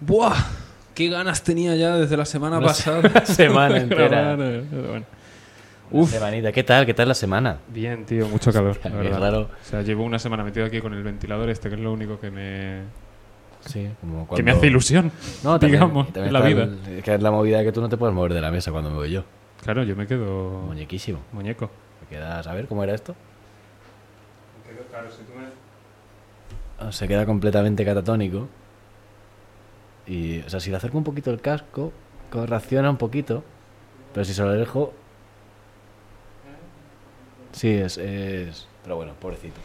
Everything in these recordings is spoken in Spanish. ¡Buah! Qué ganas tenía ya desde la semana No sé. pasada. Semana entera. Claro, pero bueno. Uf. Uf, Semanita. ¿Qué tal? ¿Qué tal la semana? bien, tío, mucho calor. la Qué verdad. raro. O sea, llevo una semana metido aquí con el ventilador este, que es lo único que me, Sí. Como que cuando- me hace ilusión, No, también- digamos, también en la está vida. el- es que es la movida que tú no te puedes mover de la mesa cuando me voy yo. Claro, yo me quedo Muñequísimo. muñeco. Me quedas... A ver, ¿cómo era esto? Ah, Se queda completamente catatónico. Y, o sea, si le acerco un poquito el casco, co- reacciona un poquito. Pero si se lo alejo... Sí, es... es... Pero bueno, pobrecito.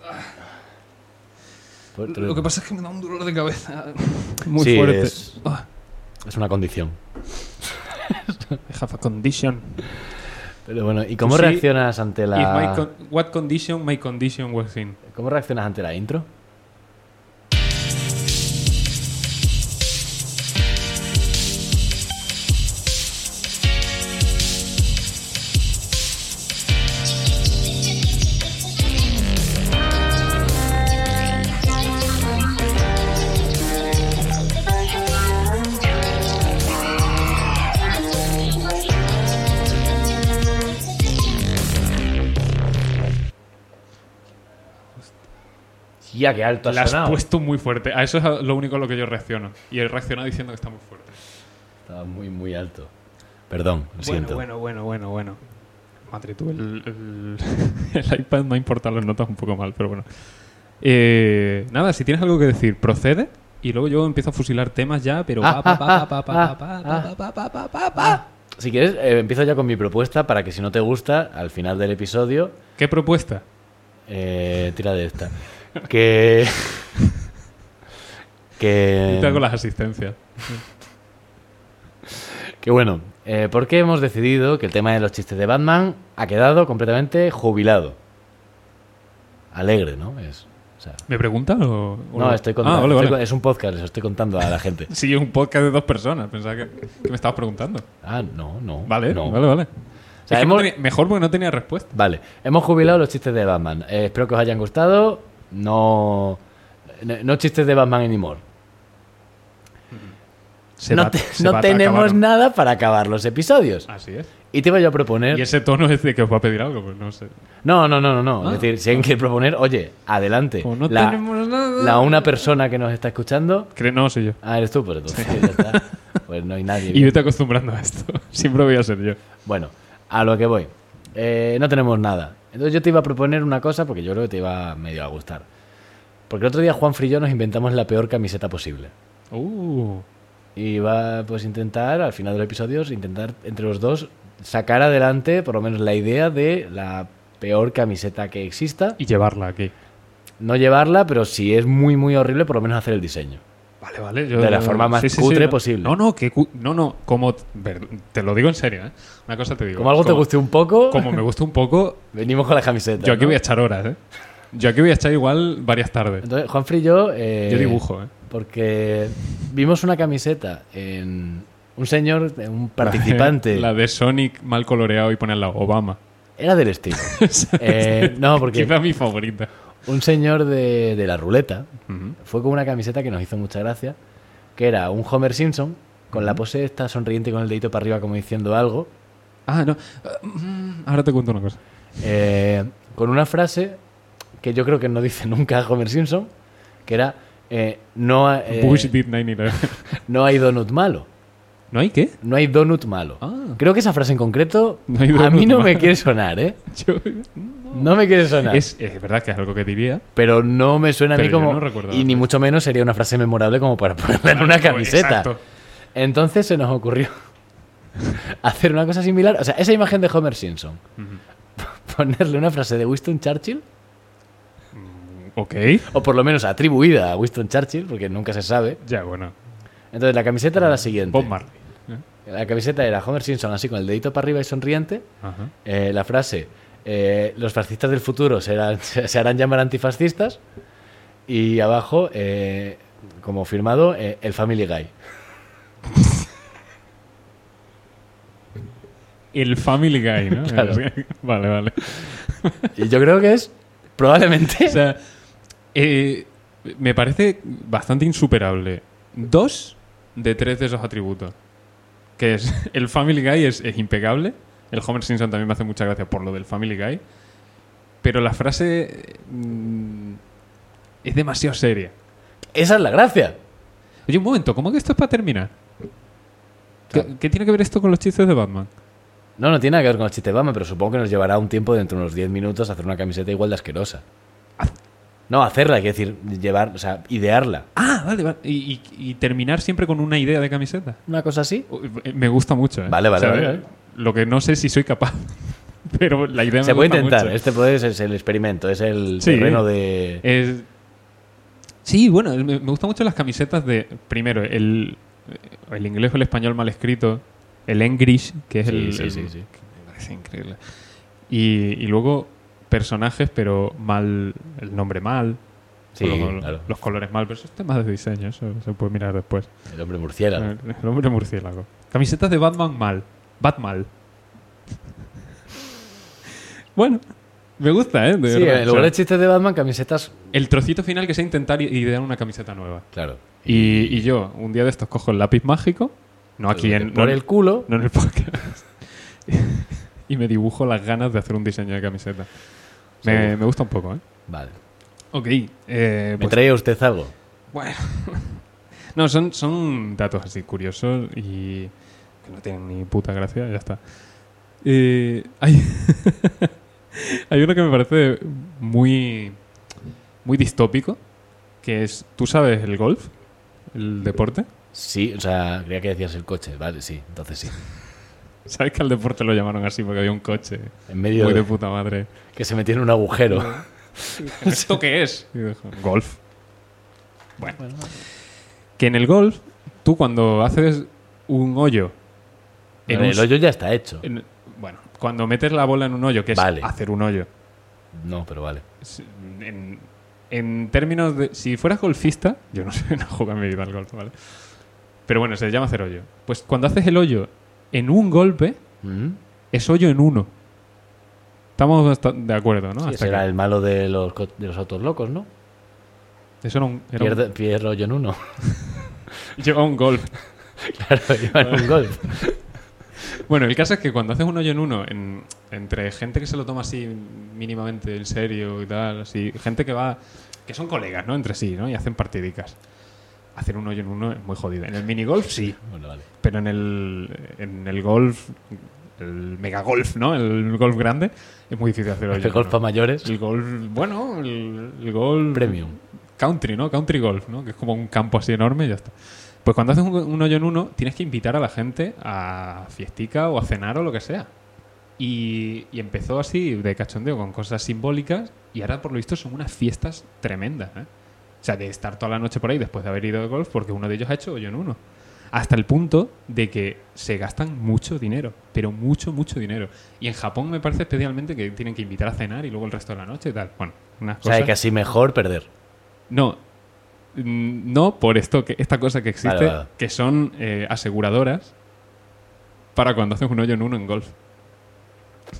Pobre- Pues, te Lo que pasa es que me da un dolor de cabeza muy Sí, fuerte. Es, Ah, es una condición. I have a condition. Pero bueno, ¿y cómo sí, reaccionas ante If my la... con- what condition my condition was in? ¿Cómo reaccionas ante la intro? Ya, qué alto has La has sonado. puesto muy fuerte. A eso es a lo único a lo que yo reacciono. Y él reacciona diciendo que está muy fuerte. Estaba muy, muy alto. Perdón, lo siento. Bueno, bueno, bueno, bueno, bueno. Madre, tú, el, el- el iPad me ha importado las notas un poco mal, pero bueno. Eh, nada, si tienes algo que decir, procede. Y luego yo empiezo a fusilar temas ya, pero... Ah, pa, ah, pa, ah, pa, pa, ah, pa, ah. pa, pa, pa, pa, pa, pa. Si quieres, eh, empiezo ya con mi propuesta para que si no te gusta, al final del episodio, ¿Qué propuesta? eh, tira de esta. Que... que... Yo te hago las asistencias. Que bueno, eh, porque hemos decidido que el tema de los chistes de Batman ha quedado completamente jubilado. Alegre, ¿no? Es, o sea, ¿Me preguntan o...? o no, estoy contando. Ah, vale, estoy vale. con- es un podcast, les estoy contando a la gente. Sí, un podcast de dos personas. Pensaba que, que me estabas preguntando. Ah, no, no. Vale, no. vale, vale. O sea, Es que no hemos- tenía- mejor porque no tenía respuesta. Vale, hemos jubilado los chistes de Batman. Eh, espero que os hayan gustado. No, no, no chistes de Batman anymore. Se no va- te- se no va a tenemos acabar. nada para acabar los episodios. Así es. Y te voy a proponer. Y ese tono es de que os va a pedir algo, pues no sé. No, no, no, no, no. Ah. Es decir, si alguien quiere proponer, oye, adelante. Pues no La- tenemos nada. la una persona que nos está escuchando. Cre- no, soy yo. Ah, eres tú, pero entonces ya está. Pues no hay nadie. Y vete acostumbrando a esto. Siempre voy a ser yo. Bueno, a lo que voy. Eh, no tenemos nada. Entonces yo te iba a proponer una cosa porque yo creo que te iba medio a gustar. Porque el otro día Juan Frillo nos inventamos la peor camiseta posible. Uh, Y va pues intentar, al final del episodio, intentar entre los dos sacar adelante por lo menos la idea de la peor camiseta que exista. y llevarla aquí. No llevarla, pero si es muy, muy horrible, por lo menos hacer el diseño. Vale, vale. yo- De la forma más cutre posible. No, no, que cu- no, no. Como ver- te lo digo en serio, ¿eh? Una cosa te digo. Como algo te guste un poco, Como me gusta un poco, venimos con la camiseta. yo aquí ¿no? voy a echar horas, ¿eh? Yo aquí voy a echar igual varias tardes. Entonces, Juan Frillo... eh, Yo dibujo, ¿eh? Porque vimos una camiseta en un señor, en un participante. La de Sonic mal coloreado y ponerla Obama. Era del estilo. Eh, no, porque Quizá mi favorita. un señor de, de la ruleta Ujú. fue con una camiseta que nos hizo mucha gracia, que era un Homer Simpson con la pose esta sonriente con el dedito para arriba como diciendo algo, Ah, no. Ah, mm, Ahora te cuento una cosa. eh, con una frase que yo creo que no dice nunca Homer Simpson, que era eh, no, ha- eh, Bush did 9-11. no hay donut malo. ¿No hay qué? No hay donut malo. Ah. Creo que esa frase en concreto No hay a mí donut no me malo. quiere sonar, ¿eh? Yo- No me quiere sonar. es, es verdad que es algo que diría. Pero no me suena a mí Pero yo como. no recuerdo y ni eso. mucho menos sería una frase memorable como para ponerla en una camiseta. Exacto. Entonces se nos ocurrió hacer una cosa similar. O sea, esa imagen de Homer Simpson. Ponerle una frase de Winston Churchill. Ok. O por lo menos atribuida a Winston Churchill, porque nunca se sabe. Ya, bueno. Entonces la camiseta era la siguiente. Bob Marley. ¿eh? La camiseta era Homer Simpson así con el dedito para arriba y sonriente. Ajá. Eh, la frase, eh, los fascistas del futuro serán- se harán llamar antifascistas. Y abajo, eh, como firmado, eh, el Family Guy. El Family Guy, ¿no? Claro. vale, vale. Y yo creo que es probablemente... O sea, eh, me parece bastante insuperable. Dos de tres de esos atributos. Que es el Family Guy es, es impecable. El Homer Simpson también me hace mucha gracia por lo del Family Guy. Pero la frase mm, es demasiado seria. Esa es la gracia. Oye, un momento, ¿cómo que esto es para terminar? ¿Qué, qué tiene que ver esto con los chistes de Batman? No, no tiene nada que ver con los chistes de Batman, pero supongo que nos llevará un tiempo dentro de unos 10 minutos hacer una camiseta igual de asquerosa. No, hacerla, quiero decir, llevar, o sea, idearla. Ah, vale, vale. Y, y- y terminar siempre con una idea de camiseta. Una cosa así. Uy, eh, Me gusta mucho, ¿eh? Vale, vale, O sea, vale, vale. Lo que no sé si soy capaz, pero la idea Se me puede gusta intentar. mucho. Este poder es el experimento, es el Sí. terreno de. Es- Sí, bueno, me, me gustan mucho las camisetas de. Primero, el, el inglés o el español mal escrito. El English, que es Sí, el. sí, el- sí, sí. que me parece increíble. Y, y luego personajes, pero mal. El nombre mal. Sí, los, claro. los colores mal. Pero eso es tema de diseño, eso se puede mirar después. El hombre murciélago. El hombre murciélago. Camisetas de Batman mal. Batman. bueno, me gusta, ¿eh? De Sí, verdad. O en sea, lugar de chistes de Batman, camisetas. el trocito final que sea intentar i- idear una camiseta nueva. Claro. Y, y yo, un día de estos, cojo el lápiz mágico, no aquí en, no, Pues Por en- el culo. no en el podcast, y me dibujo las ganas de hacer un diseño de camiseta. Me, Seguro. me gusta un poco, ¿eh? Vale. Ok, eh, ¿Me pues- traía usted algo? bueno. no, son, son datos así curiosos y que no tienen ni puta gracia, ya está. Eh, hay, hay uno que me parece muy, muy distópico, que es, ¿tú sabes el golf? ¿El deporte? Sí, o sea, creía que decías el coche. Vale, sí, entonces sí. ¿Sabes que al deporte lo llamaron así porque había un coche? En medio muy de de. puta madre. Que se metiera en un agujero. ¿Esto qué es? Y dijo, Golf. Bueno. Que en el golf, tú cuando haces un hoyo... en un el hoyo ya está hecho. En- bueno, cuando metes la bola en un hoyo, que Vale. es hacer un hoyo. No, pero vale. es- En, en términos de. Si fueras golfista, yo no sé, no juego en mi vida al golf, ¿vale? Pero bueno, se llama hacer hoyo. Pues cuando haces el hoyo en un golpe, ¿Mm? es hoyo en uno. Estamos hasta- de acuerdo, ¿no? Sí, Ah, Hasta ese era aquí. el malo de los, co- de los autos locos, ¿no? Eso era un, era un- Pierde, pierde hoyo en uno. lleva un golf. claro, iba en un golf. Bueno, el caso es que cuando haces un hoyo en uno, en- entre gente que se lo toma así mínimamente en serio y tal, así, gente que va, que son colegas, ¿no? Entre sí, ¿no? Y hacen partidicas. Hacer un hoyo en uno es muy jodido. En el minigolf sí, Bueno, vale. pero en el, en el golf, el megagolf, ¿no? El golf grande, es muy difícil hacer hoyo. El en golf uno. para mayores. El golf, bueno, el, el golf... Premium. Country, ¿no? Country golf, ¿no? Que es como un campo así enorme y ya está. Pues cuando haces un, un hoyo en uno, tienes que invitar a la gente a fiestica o a cenar o lo que sea. Y, y empezó así, de cachondeo, con cosas simbólicas y ahora por lo visto son unas fiestas tremendas, ¿eh? O sea, de estar toda la noche por ahí después de haber ido de golf, porque uno de ellos ha hecho hoyo en uno. Hasta el punto de que se gastan mucho dinero, pero mucho, mucho dinero. Y en Japón me parece especialmente que tienen que invitar a cenar y luego el resto de la noche y tal. Bueno, unas O sea, cosas. que así mejor perder. No. Mm, No por esto que esta cosa que existe, Vale, vale. que son eh, aseguradoras para cuando haces un hoyo en uno en golf.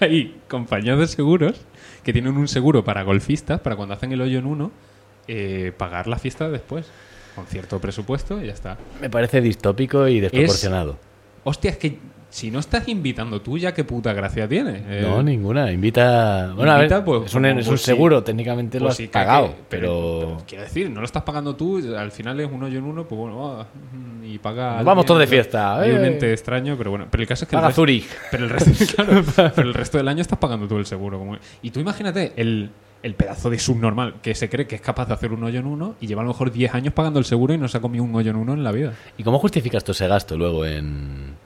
Hay compañías de seguros que tienen un seguro para golfistas para cuando hacen el hoyo en uno eh, pagar la fiesta después con cierto presupuesto y ya está. Me parece distópico y desproporcionado. Hostia, es que si no estás invitando tú ya qué puta gracia tiene. Eh, No, ninguna. Invita. Bueno, a invita, ver, pues, es un, como- es un pues sí. seguro, técnicamente lo Pues has sí, que- pagado, que- pero. Quiero decir, no lo estás pagando tú, al final es un hoyo en uno, pues bueno, ah, mm, y paga. Nos alguien, vamos todos de ¿no? fiesta, Hay un ¡eh! ente extraño, pero bueno. Pero el caso es que. Paga el resto, Zurich. pero, el resto, claro, pero el resto del año estás pagando tú el seguro. como- y tú imagínate el, el pedazo de subnormal que se cree que es capaz de hacer un hoyo en uno y lleva a lo mejor 10 años pagando el seguro y no se ha comido un hoyo en uno en la vida. ¿Y cómo justificas tú ese gasto luego en.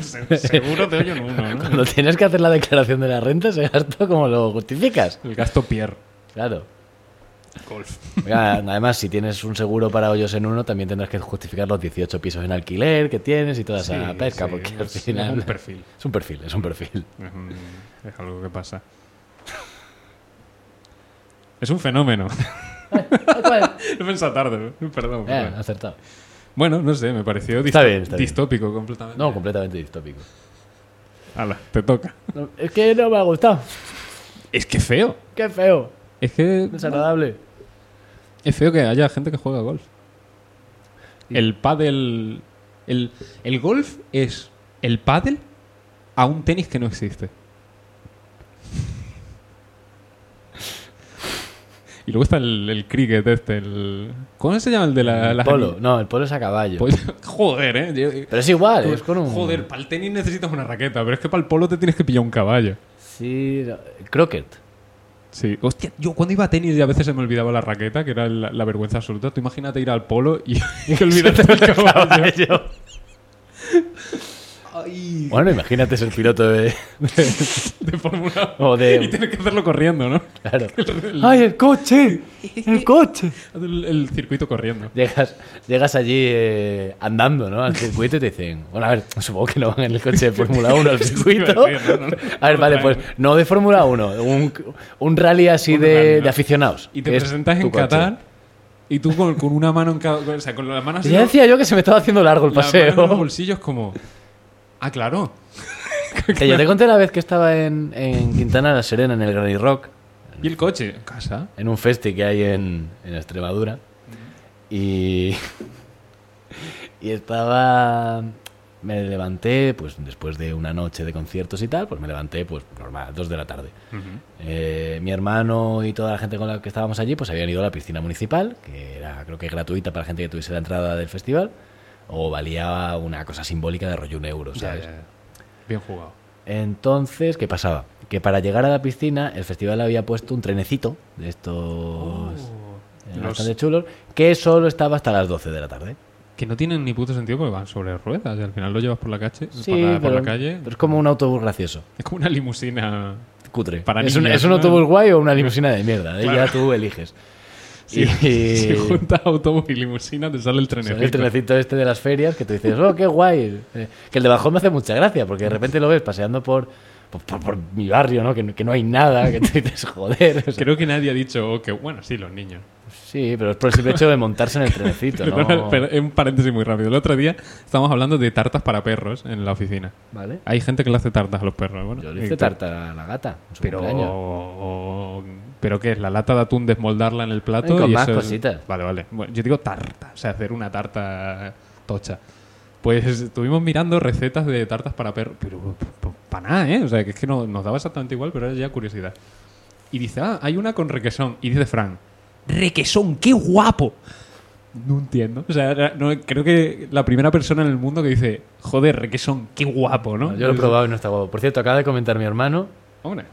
Se- seguro de hoyo en uno, ¿no? Cuando tienes que hacer la declaración de la renta, ese gasto, ¿cómo lo justificas? El gasto Pierre. Claro. Golf. Oiga, además, si tienes un seguro para hoyos en uno, también tendrás que justificar los 18 pisos en alquiler que tienes y toda esa Sí, pesca, sí, porque al es final. un perfil. Es un perfil, es un perfil. Es, un- es algo que pasa. Es un fenómeno. Lo pensado tarde, ¿no? perdón. Eh, perdón. acertado. Bueno, no sé, me pareció Está disto- bien, está bien. distópico completamente. No, completamente distópico. Ala, te toca. No, es que no me ha gustado. Es que feo. Qué feo. Es que Desagradable. Es feo que haya gente que juega golf. El pádel... El, el golf es el pádel a un tenis que no existe. Y luego está el, el cricket este, el... ¿Cómo se llama el de la, El las polo. No, el polo es a caballo. Pues, joder, ¿eh? Yo- Pero es igual, tú- es con un. Joder, para el tenis necesitas una raqueta, pero es que para el polo te tienes que pillar un caballo. Sí, no, croquet. Sí. Hostia, yo cuando iba a tenis y a veces se me olvidaba la raqueta, que era la, la vergüenza absoluta. Tú imagínate ir al polo y, y olvidarte del caballo. Ay, Bueno, imagínate ser piloto de. de Fórmula O de- Y tienes que hacerlo corriendo, ¿no? Claro. ¡Ay, el coche! ¡El coche! El, el circuito corriendo. Llegas, llegas allí eh, andando, ¿no? Al circuito y te dicen, bueno, a ver, supongo que no van en el coche de Fórmula 1 al circuito. iba a decir, no, no, no. A ver, vale, No pues traen. no de Fórmula 1, un, un rally así Un de, rally, ¿no? de aficionados. Y te Es presentas en tu coche. Qatar y tú con, con una mano en cada. O sea, con la mano así. Ya decía yo que se me estaba haciendo largo el la mano en los paseo. bolsillos como. Ah, claro. Que yo te conté la vez que estaba en, en Quintana de la Serena, en el Granny Rock, ¿Y el coche? ¿Casa? en un festi que hay en, en Extremadura. Y, y estaba... Me levanté, pues después de una noche de conciertos y tal, pues me levanté, pues normal, dos de la tarde. Eh, mi hermano y toda la gente con la que estábamos allí, pues habían ido a la piscina municipal, que era creo que gratuita para la gente que tuviese la entrada del festival, o valía una cosa simbólica de rollo un euro, ¿sabes? Bien jugado. Entonces, ¿qué pasaba? Que para llegar a la piscina, el festival había puesto un trenecito de estos Pues, Oh. eh, Los- bastante chulos, que solo estaba hasta las 12 de la tarde. Que no tienen ni puto sentido porque van sobre ruedas y al final lo llevas por la calle. Sí, por, la, por pero, la calle. pero es como un autobús gracioso, Es como una limusina. cutre. Para es, un, niños, es un ¿no? autobús guay o una limusina de mierda, ¿eh? Claro. ya tú eliges. Si, Y- si juntas autobús y limusina, te sale el trenecito. Son el trenecito este de las ferias que tú dices, oh, qué guay. Eh, Que el de Bajón me hace mucha gracia, porque de repente lo ves paseando por, por, por- por mi barrio, ¿no? Que, no- que no hay nada, que tú dices, joder. o sea, Creo que nadie ha dicho oh, que. Bueno, sí, los niños. Sí, pero es por el simple hecho de montarse en el trenecito, Perdona, ¿no? pero un paréntesis muy rápido. El otro día estábamos hablando de tartas para perros en la oficina. Vale. Hay gente que le hace tartas a los perros. Bueno, Yo y le hice tal. tarta a la gata. en su cumpleaños. Pero, pero qué es la lata de atún desmoldarla en el plato Y con y más eso es- cositas. Vale, vale. Bueno, yo digo tarta, o sea, hacer una tarta tocha. Pues estuvimos mirando recetas de tartas para perros, pero para nada, ¿eh? O sea, que es que no, nos daba exactamente igual, pero era ya curiosidad. Y dice, ah, hay una con requesón. Y dice Fran, requesón, qué guapo. No entiendo. O sea, era- no, creo que la primera persona en el mundo que dice, joder, requesón, qué guapo, ¿no? No, yo lo he Es- probado y no está guapo. Por cierto, acaba de comentar mi hermano Hombre,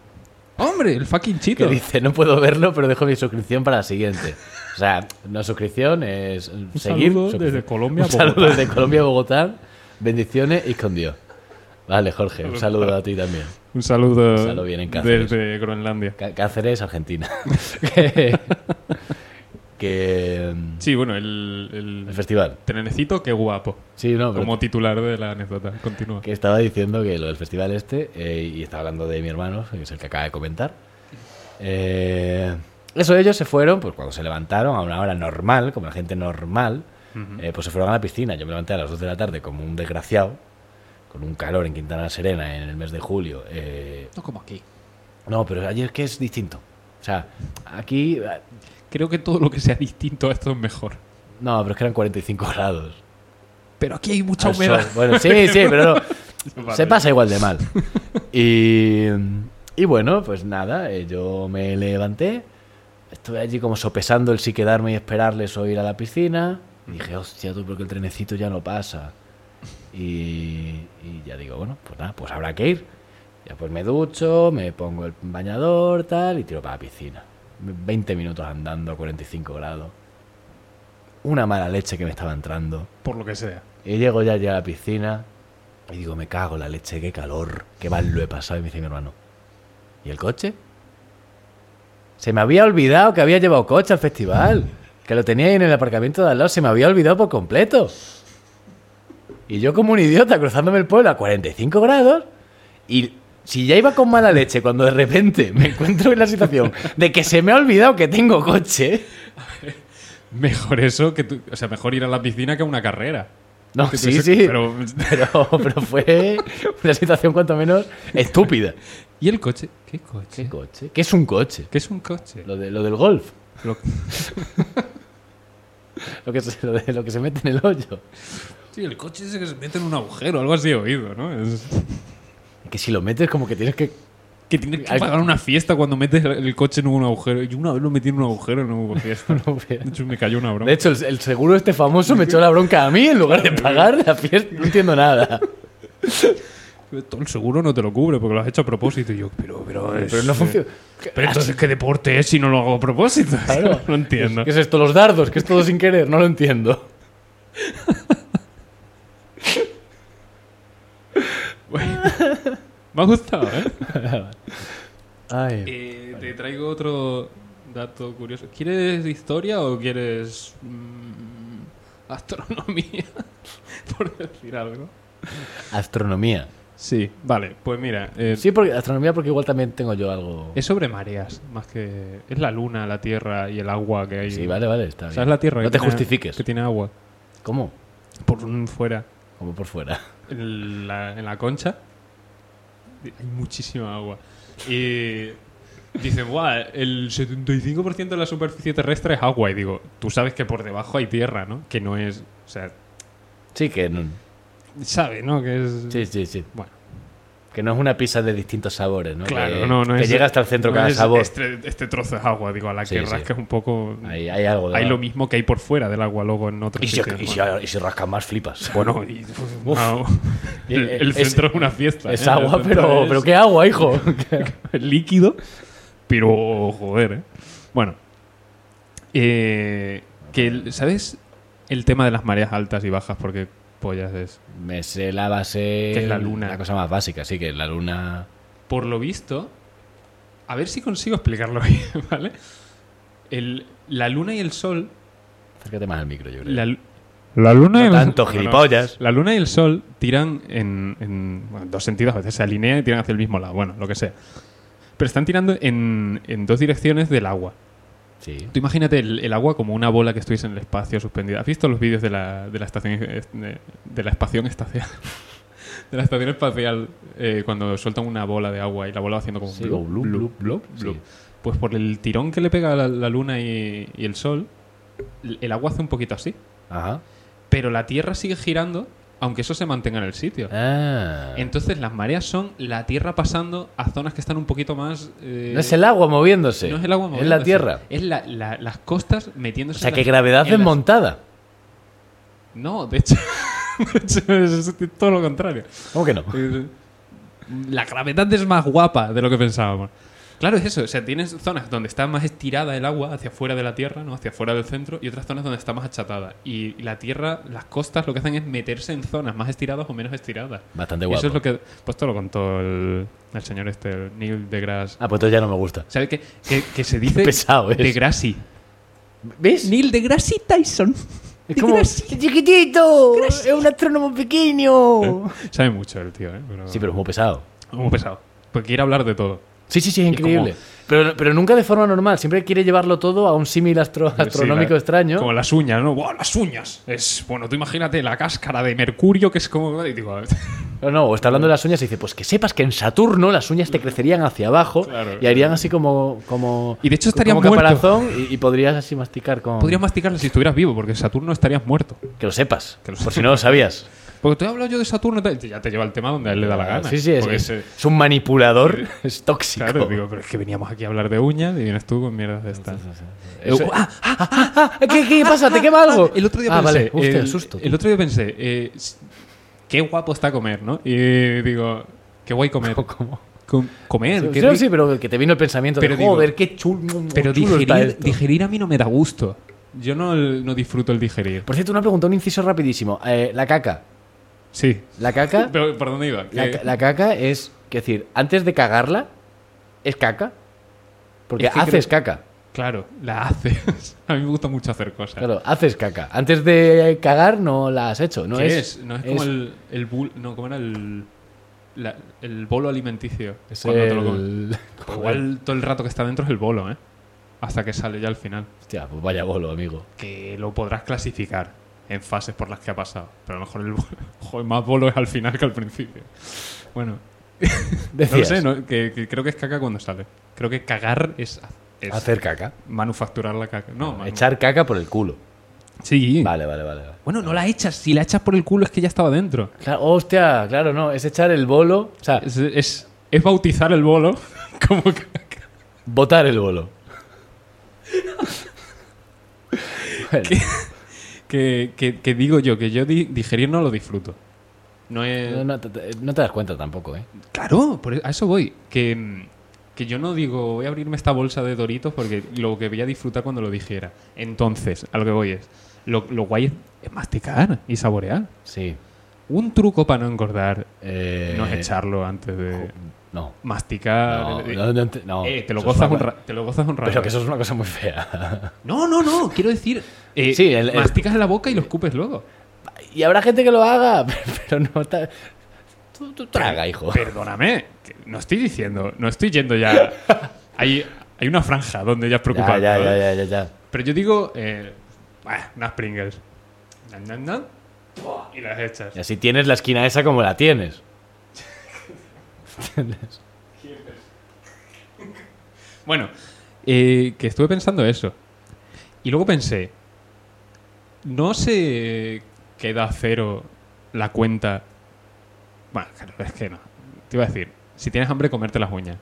hombre, el fucking que chito. dice, no puedo verlo, pero dejo mi suscripción para la siguiente. O sea, una suscripción es seguir. saludo suscripción. desde Colombia a Un saludo Bogotá. desde Colombia a Bogotá. Bendiciones y con Dios. Vale, Jorge, un saludo a ti también. Un saludo, Un saludo bien en Cáceres. desde Groenlandia. Cá- Cáceres, Argentina. que, que, mm, Sí, bueno, el, el, el festival. trenecito, qué guapo. Sí, no, pero Como titular de la anécdota. Continúa. que estaba diciendo que lo del festival este, eh, y estaba hablando de mi hermano, que es el que acaba de comentar. Eh, eso ellos se fueron, pues cuando se levantaron, a una hora normal, como la gente normal, eh, pues se fueron a la piscina. Yo me levanté a las 2 de la tarde como un desgraciado, con un calor en Quintana Serena en el mes de julio, eh, No como aquí. No, pero ayer que es distinto. O sea, aquí. eh, Creo que todo lo que sea distinto a esto es mejor. No, pero es que eran 45 grados. Pero aquí hay mucha Al humedad. sol. Bueno, sí, sí, pero no. Vale. se pasa igual de mal. Y, y bueno, pues nada, eh, yo me levanté. Estuve allí como sopesando el si quedarme y esperarles o ir a la piscina. Dije, hostia, tú, porque el trenecito ya no pasa. Y, y ya digo, bueno, pues nada, pues habrá que ir. Ya pues me ducho, me pongo el bañador, tal, y tiro para la piscina. 20 minutos andando a 45 grados. Una mala leche que me estaba entrando. Por lo que sea. Y llego ya, ya a la piscina y digo, me cago en la leche, qué calor, qué mal lo he pasado. Y me dice mi hermano, ¿y el coche? Se me había olvidado que había llevado coche al festival, que lo tenía ahí en el aparcamiento de al lado, se me había olvidado por completo. Y yo como un idiota cruzándome el pueblo a 45 grados y si ya iba con mala leche cuando de repente me encuentro en la situación de que se me ha olvidado que tengo coche. Mejor eso que tú. O sea, mejor ir a la piscina que a una carrera. No, Que tú sí, se- sí. Pero, Pero, pero fue una situación cuanto menos estúpida. ¿Y el coche? ¿Qué coche? ¿Qué coche? ¿Qué es un coche? ¿Qué es un coche? Lo, de, lo del golf. Lo- lo, que se, lo, de- lo que se mete en el hoyo. Sí, el coche ese que se mete en un agujero, algo así he oído, ¿no? Es- Que si lo metes, como que tienes que. que tienes que Al- pagar una fiesta cuando metes el, el coche en un agujero. Yo una vez lo metí en un agujero y no hubo fiesta. no veas. De hecho, me cayó una broma. De hecho, el, el seguro este famoso me echó la bronca a mí en lugar de pagar la fiesta. No entiendo nada. Todo el seguro no te lo cubre porque lo has hecho a propósito. Y yo, pero, pero, es- eh, Pero no funciona. Pero entonces, ¿qué deporte es si no lo hago a propósito? Claro. no entiendo. ¿Qué es esto? Los dardos, que es todo sin querer, no lo entiendo. Me ha gustado, ¿eh? Ay. Eh, Te traigo otro dato curioso. ¿Quieres historia o quieres mm, astronomía? Por decir algo. Astronomía. Sí, vale, pues mira. eh, Sí, porque astronomía porque igual también tengo yo algo. Es sobre mareas, más que. Es la luna, la tierra y el agua que hay. Sí, vale, vale, está O bien. sea, es la tierra No que te tiene- justifiques. Que tiene agua. ¿Cómo? Por un fuera. Como por fuera. en la, en la concha hay muchísima agua. Y dicen, guau, el 75% de la superficie terrestre es agua. Y digo, tú sabes que por debajo hay tierra, ¿no? Que no es. O sea, Sí, que no, sabe, ¿no? Que es. sí, sí, sí. Bueno. Que no es una pizza de distintos sabores, ¿no? Claro, que, no, no que es- llega hasta el centro no cada es sabor. Este, este trozo es agua, digo, a la Sí, que sí. rascas un poco. Hay, hay algo de Hay lo mismo que hay por fuera del agua, luego en otros y si, sitios, y, si, ¿no? y si rascas más, flipas. Bueno, y- no. el, Eh, el es- centro es una fiesta. ¿eh? es El agua, centro pero, es- pero ¿qué agua, hijo? líquido, pero joder, ¿eh? Bueno, eh, que el- ¿sabes el tema de las mareas altas y bajas? Porque pollas es. Me sé la base. Que es la luna. La cosa más básica, sí, que la luna. Por lo visto, a ver si consigo explicarlo bien, ¿vale? El- la luna y el sol. Acércate más al micro, yo creo. La, lu- la luna No y el tanto, No, no. gilipollas. La luna y el sol tiran en, en- bueno, en dos sentidos, a veces se alinean y tiran hacia el mismo lado, bueno, lo que sea. Pero están tirando en, en dos direcciones del agua. Sí. Tú imagínate el, el agua como una bola que estuviese en el espacio suspendida. ¿Has visto los vídeos de la, de la estación eh, de, la espación espacial? De la estación espacial eh, cuando sueltan una bola de agua y la bola va haciendo como Sí, blup, o blup, blup, blup, blup, sí. blup. Pues por el tirón que le pega la, la luna y, y el sol, l- el agua hace un poquito así. Ajá. Pero la Tierra sigue girando, aunque eso se mantenga en el sitio. Ah. Entonces las mareas son la Tierra pasando a zonas que están un poquito más... eh, no es el agua moviéndose. no es el agua Es moviéndose, la tierra. Es la- la- las costas O metiéndose. sea, en que las- gravedad en las- desmontada. No, de hecho, de hecho, es todo lo contrario. ¿Cómo que no? Eh, La gravedad es más guapa de lo que pensábamos. Claro, es eso. O sea, tienes zonas donde está más estirada el agua hacia afuera de la Tierra, ¿no? Hacia afuera del centro, y otras zonas donde está más achatada. Y la Tierra, las costas, lo que hacen es meterse en zonas más estiradas o menos estiradas. Bastante Y guapo. Eso es lo que... Pues esto lo contó el, el señor este, el Neil deGrasse. Ah, pues entonces ya no me gusta. ¿Sabes qué? Que, que se dice... pesado es. deGrasse. ¿eh? ¿Ves? Neil deGrasse Tyson. Es como. ¡Chiquitito! ¡Es un astrónomo pequeño! Sabe mucho el tío, ¿eh? Sí, pero es muy pesado. Muy pesado. Porque quiere hablar de todo. Sí, sí, sí, es increíble. como- Pero, pero nunca de forma normal. Siempre quiere llevarlo todo a un símil astro- astronómico Sí, la- extraño. Como las uñas, ¿no? ¡Buah, las uñas! Es, bueno, tú imagínate la cáscara de mercurio que es como... y digo, No, no, o está hablando de las uñas y dice, pues que sepas que en Saturno las uñas te crecerían hacia abajo Claro. y harían así como... como Y de hecho estarían como muertos. caparazón y, y podrías así masticar con... Podrías masticarla si estuvieras vivo, porque en Saturno estarías muerto. Que lo sepas, Que lo por si no lo sabías. Porque te he hablado yo de Saturno, y tal, ya te lleva el tema donde a él le da la gana. Ah, Sí, sí, es, Porque es- ese- es un manipulador, es tóxico. Claro, digo, pero es que veníamos aquí a hablar de uñas y vienes tú con mierdas de estas. Eso- Eh, ¡Ah, ah, ah, ah! ¿Qué, qué pasa? ¿Te quema algo? El otro día ah, pensé. vale. Uf, te el, asusto. el otro día pensé, eh, s- qué guapo está comer, ¿no? Y digo, qué guay comer. ¿Cómo? Com- comer, qué Sí, rico. sí, pero que te vino el pensamiento Pero de, digo- joder, qué chulo, Pero chulo está digerir, esto". digerir a mí no me da gusto. Yo no, no disfruto el digerir. Por cierto, una pregunta, un inciso rapidísimo. Eh, la caca. Sí. La caca... Pero, ¿Por dónde iba? La, Que- ca- la caca es, que decir, antes de cagarla, es caca. Porque Es que haces caca. Claro, la haces. a mí me gusta mucho hacer cosas. Claro, haces caca. Antes de cagar no la has hecho. No ¿Qué es, es? No es como el, el bul- No, ¿cómo era el. la- el bolo alimenticio. es cuando te lo el- comes? Pues Igual todo el rato que está dentro es el bolo, ¿eh? Hasta que sale ya al final. Hostia, pues vaya bolo, amigo. que lo podrás clasificar en fases por las que ha pasado. Pero a lo mejor el bolo- joder, más bolo es al final que al principio. Bueno, no lo Decías, sé, no- que, que creo que es caca cuando sale. Creo que cagar es, ha- es hacer caca. manufacturar la caca. No, manu- Echar caca por el culo. Sí. Vale, vale, vale. vale. Bueno, no la echas. Si la echas por el culo es que ya estaba dentro. Claro, hostia, claro, no. Es echar el bolo. O sea, Es, es- es bautizar el bolo como que- botar el bolo. Bueno, que, que- que digo yo, que yo di- digerir no lo disfruto. No es... eh, no, no te- no te das cuenta tampoco, ¿eh? Claro, por e- a eso voy. Que, mm, que yo no digo, voy a abrirme esta bolsa de Doritos porque lo que voy a disfrutar cuando lo dijera. Entonces, a lo que voy es, lo, lo guay es, es masticar y saborear. Sí. Un truco para no engordar Eh, no es echarlo antes de No. No, masticar. no, no, no. Eh, te, lo Eso es gozas un fatal. ra- te lo gozas un rato. eh. Pero que eso es una cosa muy fea. No, no, no, quiero decir, eh, Sí, el- eh, el- masticas en la boca y lo escupes luego. Y habrá gente que lo haga, pero no. ta- Tú, tú traga, hijo. Perdóname, que no estoy diciendo, no estoy yendo ya. Hay, hay una franja donde ya es Ya, preocupante. ya, ¿no? ya, ya, ya, ya. Pero yo digo, eh, bah, unas Pringles. Nan, nan, nan. Buah, Y las echas. Y así tienes la esquina esa como la tienes. ¿Entiendes? Bueno, eh, que estuve pensando eso. Y luego pensé, no se queda cero la cuenta. Bueno, claro, es que no. Te iba a decir, si tienes hambre, comerte las uñas.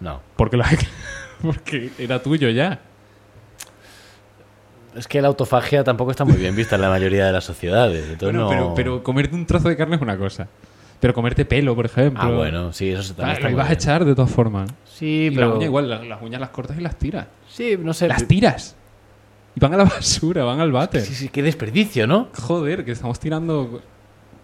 No. Porque, las- porque era tuyo ya. Es que la autofagia tampoco está muy bien vista en la mayoría de las sociedades. Entonces Bueno, no... pero, pero comerte un trozo de carne es una cosa. Pero comerte pelo, por ejemplo. Ah, bueno, sí, eso se Ah, también está lo muy ibas a bien. echar de todas formas. Sí, Y pero. Eh, las uñas igual, la- las, uñas las cortas y las tiras. Sí, no sé. Las tiras. Y van a la basura, van al váter. sí, sí, qué desperdicio, ¿no? Joder, que estamos tirando.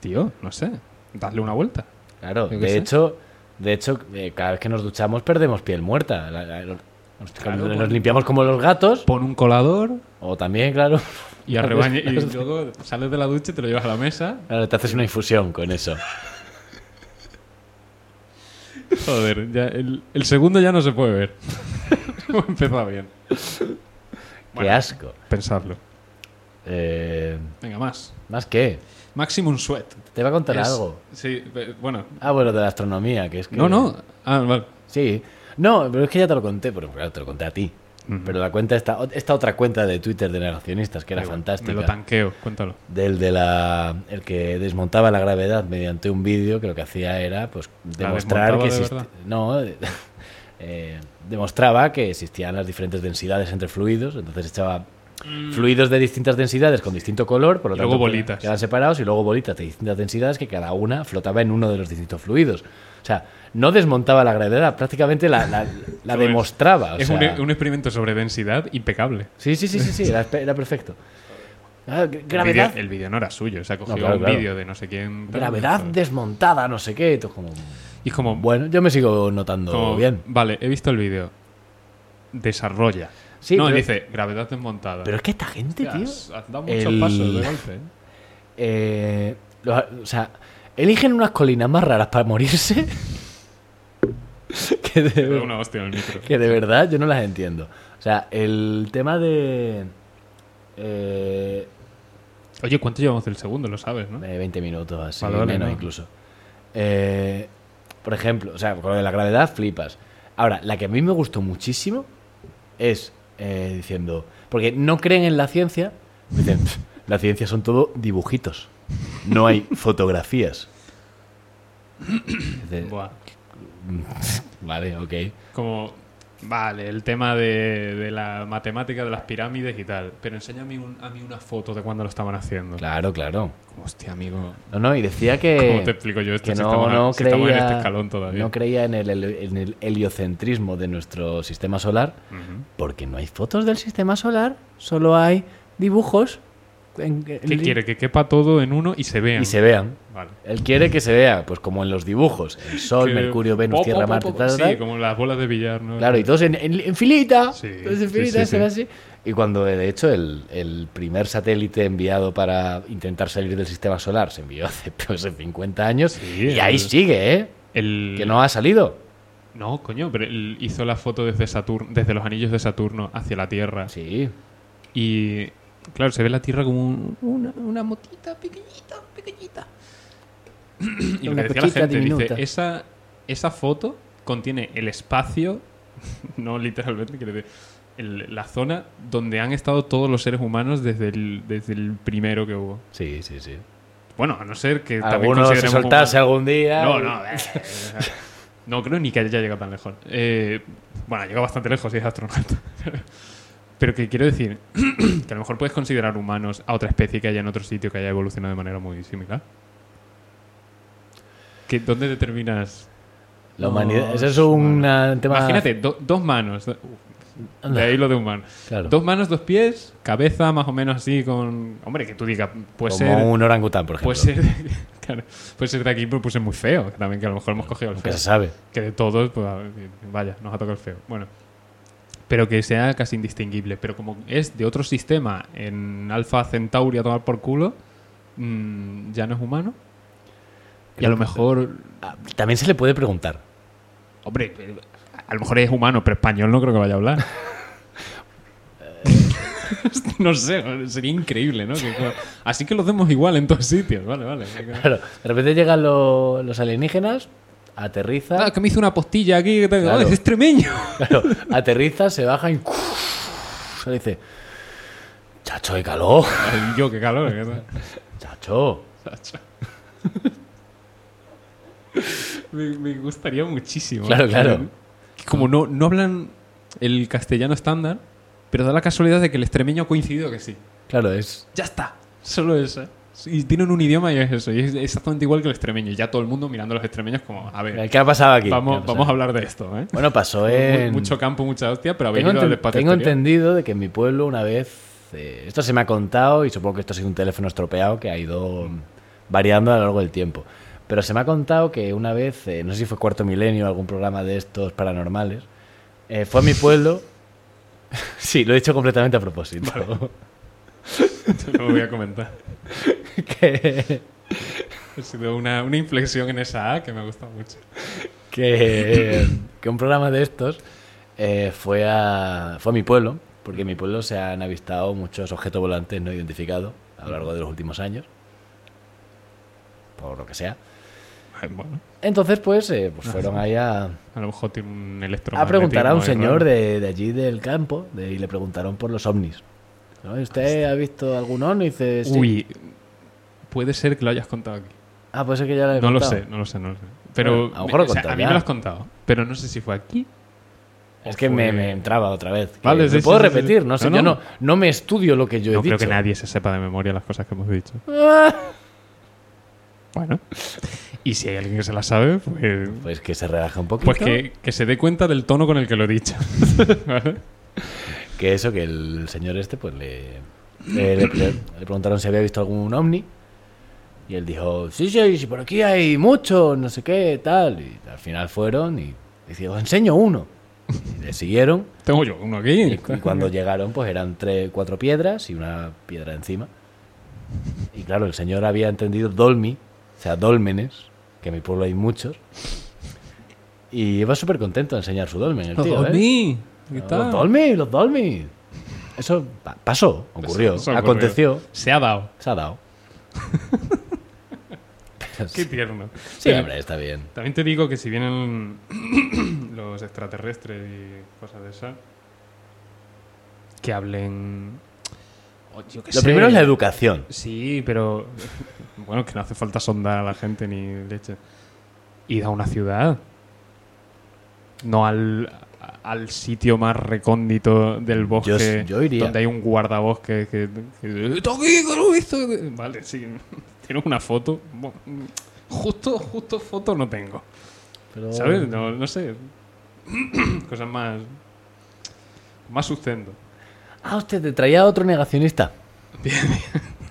Tío, no sé. Darle una vuelta. Claro, Yo qué de sé. hecho, de hecho, eh, cada vez que nos duchamos perdemos piel muerta. La- la- los- nos, Claro, nos pon- limpiamos como los gatos. Pon un colador O también, claro, y arrebañe. y luego sales de la ducha y te lo llevas a la mesa. claro, te haces una infusión con eso. Joder, ya el, el segundo ya no se puede ver. Empezaba bien. Qué Bueno. asco. Pensarlo. Eh, Venga, más. ¿Más qué? Maximum Sweat. Te va a contar Es- algo. Sí, pe- bueno. Ah, bueno, de la astronomía, que es que. No, no. Ah, vale. Sí. No, pero es que ya te lo conté, pero claro, te lo conté a ti. Ujú. Pero la cuenta esta, esta otra cuenta de Twitter de negacionistas que era Da igual, fantástica. Me lo tanqueo, cuéntalo. del de la el que desmontaba la gravedad mediante un vídeo que lo que hacía era pues demostrar desmontaba que de existi- verdad? no eh, demostraba que existían las diferentes densidades entre fluidos entonces echaba fluidos de distintas densidades con distinto color por Mm. lo Y tanto luego que- bolitas. quedan separados y luego bolitas de distintas densidades que cada una flotaba en uno de los distintos fluidos o sea no desmontaba la gravedad prácticamente la, la- la Joder. demostraba o es sea- un, un experimento sobre densidad impecable. sí sí sí sí sí era, era perfecto Ah, gra- El vídeo- gravedad El vídeo no era suyo, se ha cogido claro, un claro. vídeo de no sé quién. tal, gravedad tal. desmontada, no sé qué. y tú como, Y es como, bueno, yo me sigo notando como, bien. Vale, he visto el vídeo. Desarrolla. Sí, no, pero- dice gravedad desmontada. Pero es que esta gente, Hostia, tío. has, has dado muchos el- pasos de golpe. ¿eh? eh, lo- o sea, eligen unas colinas más raras para morirse. que, Te doy de, una hostia en el micro. que de verdad yo no las entiendo. O sea, el tema de. eh, Oye, ¿cuánto llevamos del segundo? Lo sabes, ¿no? Eh, 20 minutos, así, Vale, vale, menos no. incluso. Eh, por ejemplo, o sea, con lo de la gravedad flipas. Ahora, la que a mí me gustó muchísimo es eh, diciendo, porque no creen en la ciencia, dicen, "Pf, la ciencia son todo dibujitos, no hay fotografías. Dices, Buah. "Mm, vale, ok. Como, vale, el tema de, de la matemática de las pirámides y tal. Pero enséñame un- a mí una foto de cuando lo estaban haciendo. Claro, claro. Como, Hostia, amigo. No, no, y decía que... ¿Cómo te explico yo esto? que si no, estamos, a- no si creía, estamos en este escalón todavía. no creía en el, heli- en el heliocentrismo de nuestro sistema solar, Ujú. porque no hay fotos del sistema solar, solo hay dibujos en- en- ¿Qué quiere? Que quepa todo en uno y se vean. y se vean. Vale. Él quiere que se vea, pues como en los dibujos, el Sol, Que- Mercurio, Venus, po, po, Tierra, po, Marte, po, tal, Sí, tal. como las bolas de billar, ¿no? Claro, y todos en, en- en filita. Sí, todos en sí, filita, sí, se sí. ve así. Y cuando, de hecho, el, el primer satélite enviado para intentar salir del sistema solar se envió hace pues, 50 años. Sí, y ahí el- sigue, ¿eh? El- Que no ha salido. No, coño, pero él hizo la foto desde Saturno, desde los anillos de Saturno hacia la Tierra. Sí. Y claro, se ve la Tierra como un- una, una motita pequeñita, pequeñita. y lo Una que decía la cosita gente, diminuta. dice, esa, esa foto contiene el espacio, no literalmente, quiere decir, el- la zona donde han estado todos los seres humanos desde el, desde el primero que hubo. Sí, sí, sí. Bueno, a no ser que también Alguno se consideremos soltase humano- algún día. No, no. eh, no creo ni que haya llegado tan lejos. Eh, bueno, ha llegado bastante lejos si es astronauta. Pero que quiero decir que a lo mejor puedes considerar humanos a otra especie que haya en otro sitio que haya evolucionado de manera muy similar. ¿Que, ¿Dónde determinas? La humanidad. No, Ese es es un ah, tema. Imagínate, do- dos manos. do- uf, de ahí lo de humano. Claro. Dos manos, dos pies, cabeza más o menos así con... Hombre, que tú digas, puede Como ser... un orangután, por ejemplo. Puede ser, claro, puede ser de aquí, pero puse muy feo. que También que a lo mejor hemos cogido el Nunca feo. se sabe. Que de todos, pues, a ver, vaya, nos ha tocado el feo. Bueno. Pero que sea casi indistinguible. Pero como es de otro sistema, en Alpha Centauri a tomar por culo, mm, ya no es humano. Y a lo mejor. Ah, También se le puede preguntar. Hombre, eh, a lo mejor es humano, pero español no creo que vaya a hablar. no sé, sería increíble, ¿no? Que co- así que los demos igual en todos sitios. Vale, vale. Claro. De repente llegan lo- los alienígenas, aterriza. Ah, que me hizo una postilla aquí. Que tengo- Claro. ¡Ay, es extremeño! Claro, aterriza, se baja y. Se le dice: Chacho, qué calor. Ay, yo, qué calor. qué tal. Chacho. Sacha. me, me gustaría muchísimo. Claro, claro. Que Como no, no hablan el castellano estándar, pero da la casualidad de que el extremeño ha coincidido que sí. Claro, es. Ya está. Solo eso. Y tienen un idioma y es eso. Y es exactamente igual que el extremeño. Y ya todo el mundo mirando a los extremeños como, a ver, ¿Qué ha pasado aquí? vamos, ¿Qué ha pasado? vamos a hablar de esto. ¿eh? Bueno, pasó Mu- en. Mucho campo, mucha hostia, pero habéis Tengo, ido al enten- espacio tengo exterior. entendido de que en mi pueblo una vez. eh, esto se me ha contado y supongo que esto ha sido un teléfono estropeado que ha ido mm, variando a lo largo del tiempo. Pero se me ha contado que una vez, eh, no sé si fue Cuarto Milenio o algún programa de estos paranormales, eh, fue a mi pueblo. sí, lo he dicho completamente a propósito. Lo voy a comentar. que, Ha sido una, una inflexión en esa A que me ha gustado mucho. que, que un programa de estos eh, fue, a, fue a mi pueblo, porque en mi pueblo se han avistado muchos objetos volantes no identificados a lo largo de los últimos años, por lo que sea. Ay, Bueno. Entonces, pues, eh, Ah, pues fueron ahí a, A lo mejor tiene un a electromagnetismo. preguntar a un ahí señor raro. de, de allí del campo de- y le preguntaron por los ovnis. ¿No? ¿Usted ha visto algún ovni? Y dice, "Sí". Uy, puede ser que lo hayas contado aquí. Ah, pues es que ya lo he No lo contado. sé, no lo sé, no lo sé. Pero Bueno, a lo mejor lo he o sea, contado a mí ya. me lo has contado, pero no sé si fue aquí. Es que me, me entraba otra vez. que Vale, ¿me sí, sí, puedo sí, sí. repetir? No sé, No, yo no. no, no me estudio lo que yo he No dicho. creo que nadie se sepa de memoria las cosas que hemos dicho. Bueno. Y si hay alguien que se las sabe, pues, Pues que se relaja un poquito. pues que, que se dé cuenta del tono con el que lo he dicho. ¿Vale? Que eso, que el señor este, pues le, le, le- le- le preguntaron si había visto algún ovni. Y él dijo, sí, sí, sí, por aquí hay muchos, no sé qué, tal. Y al final fueron y decía, os enseño uno. Y le siguieron. Tengo yo uno aquí. Y, cu- y cuando llegaron, pues eran tres, cuatro piedras y una piedra encima. Y claro, el señor había entendido dolmi, o sea, dólmenes, que en mi pueblo hay muchos. Y iba súper contento a enseñar su dolmen. El Los tío, ¿eh? dormí. ¿Qué Los tal? Dolmy, los Dolmy. Eso pa- pasó, ocurrió, Eso ocurrió. aconteció, Se ha dado. se ha dado. Pero Qué sí, tierno. sí, Pero- hombre, está bien. También te digo que si vienen los extraterrestres y cosas de esas, que hablen. O yo qué Lo sé. primero es la educación. Sí, pero. Bueno, que no hace falta sondar a la gente ni leche. Id a una ciudad. No al, al sitio más recóndito del bosque. yo iría. Donde hay un guardabosque que. que- ¡Está aquí, que lo he visto! Vale, sí. Tienes una foto. Bueno, Justo, justo foto no tengo. Pero... ¿Sabes? No, no sé. Cosas más. Más sustento. Ah, usted te traía otro negacionista.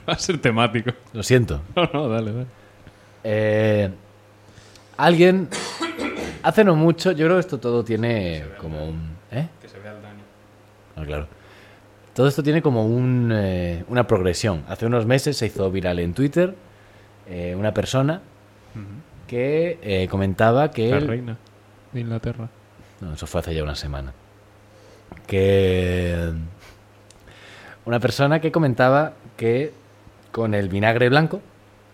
Va a ser temático. Lo siento. No, no, dale, dale. Eh, alguien, hace no mucho, yo creo que esto todo tiene como un... ¿eh? Que se vea el daño. Ah, claro. Todo esto tiene como un, eh, una progresión. Hace unos meses se hizo viral en Twitter eh, una persona que eh, comentaba que... La él- reina de Inglaterra. No, eso fue hace ya una semana. Que... Una persona que comentaba que con el vinagre blanco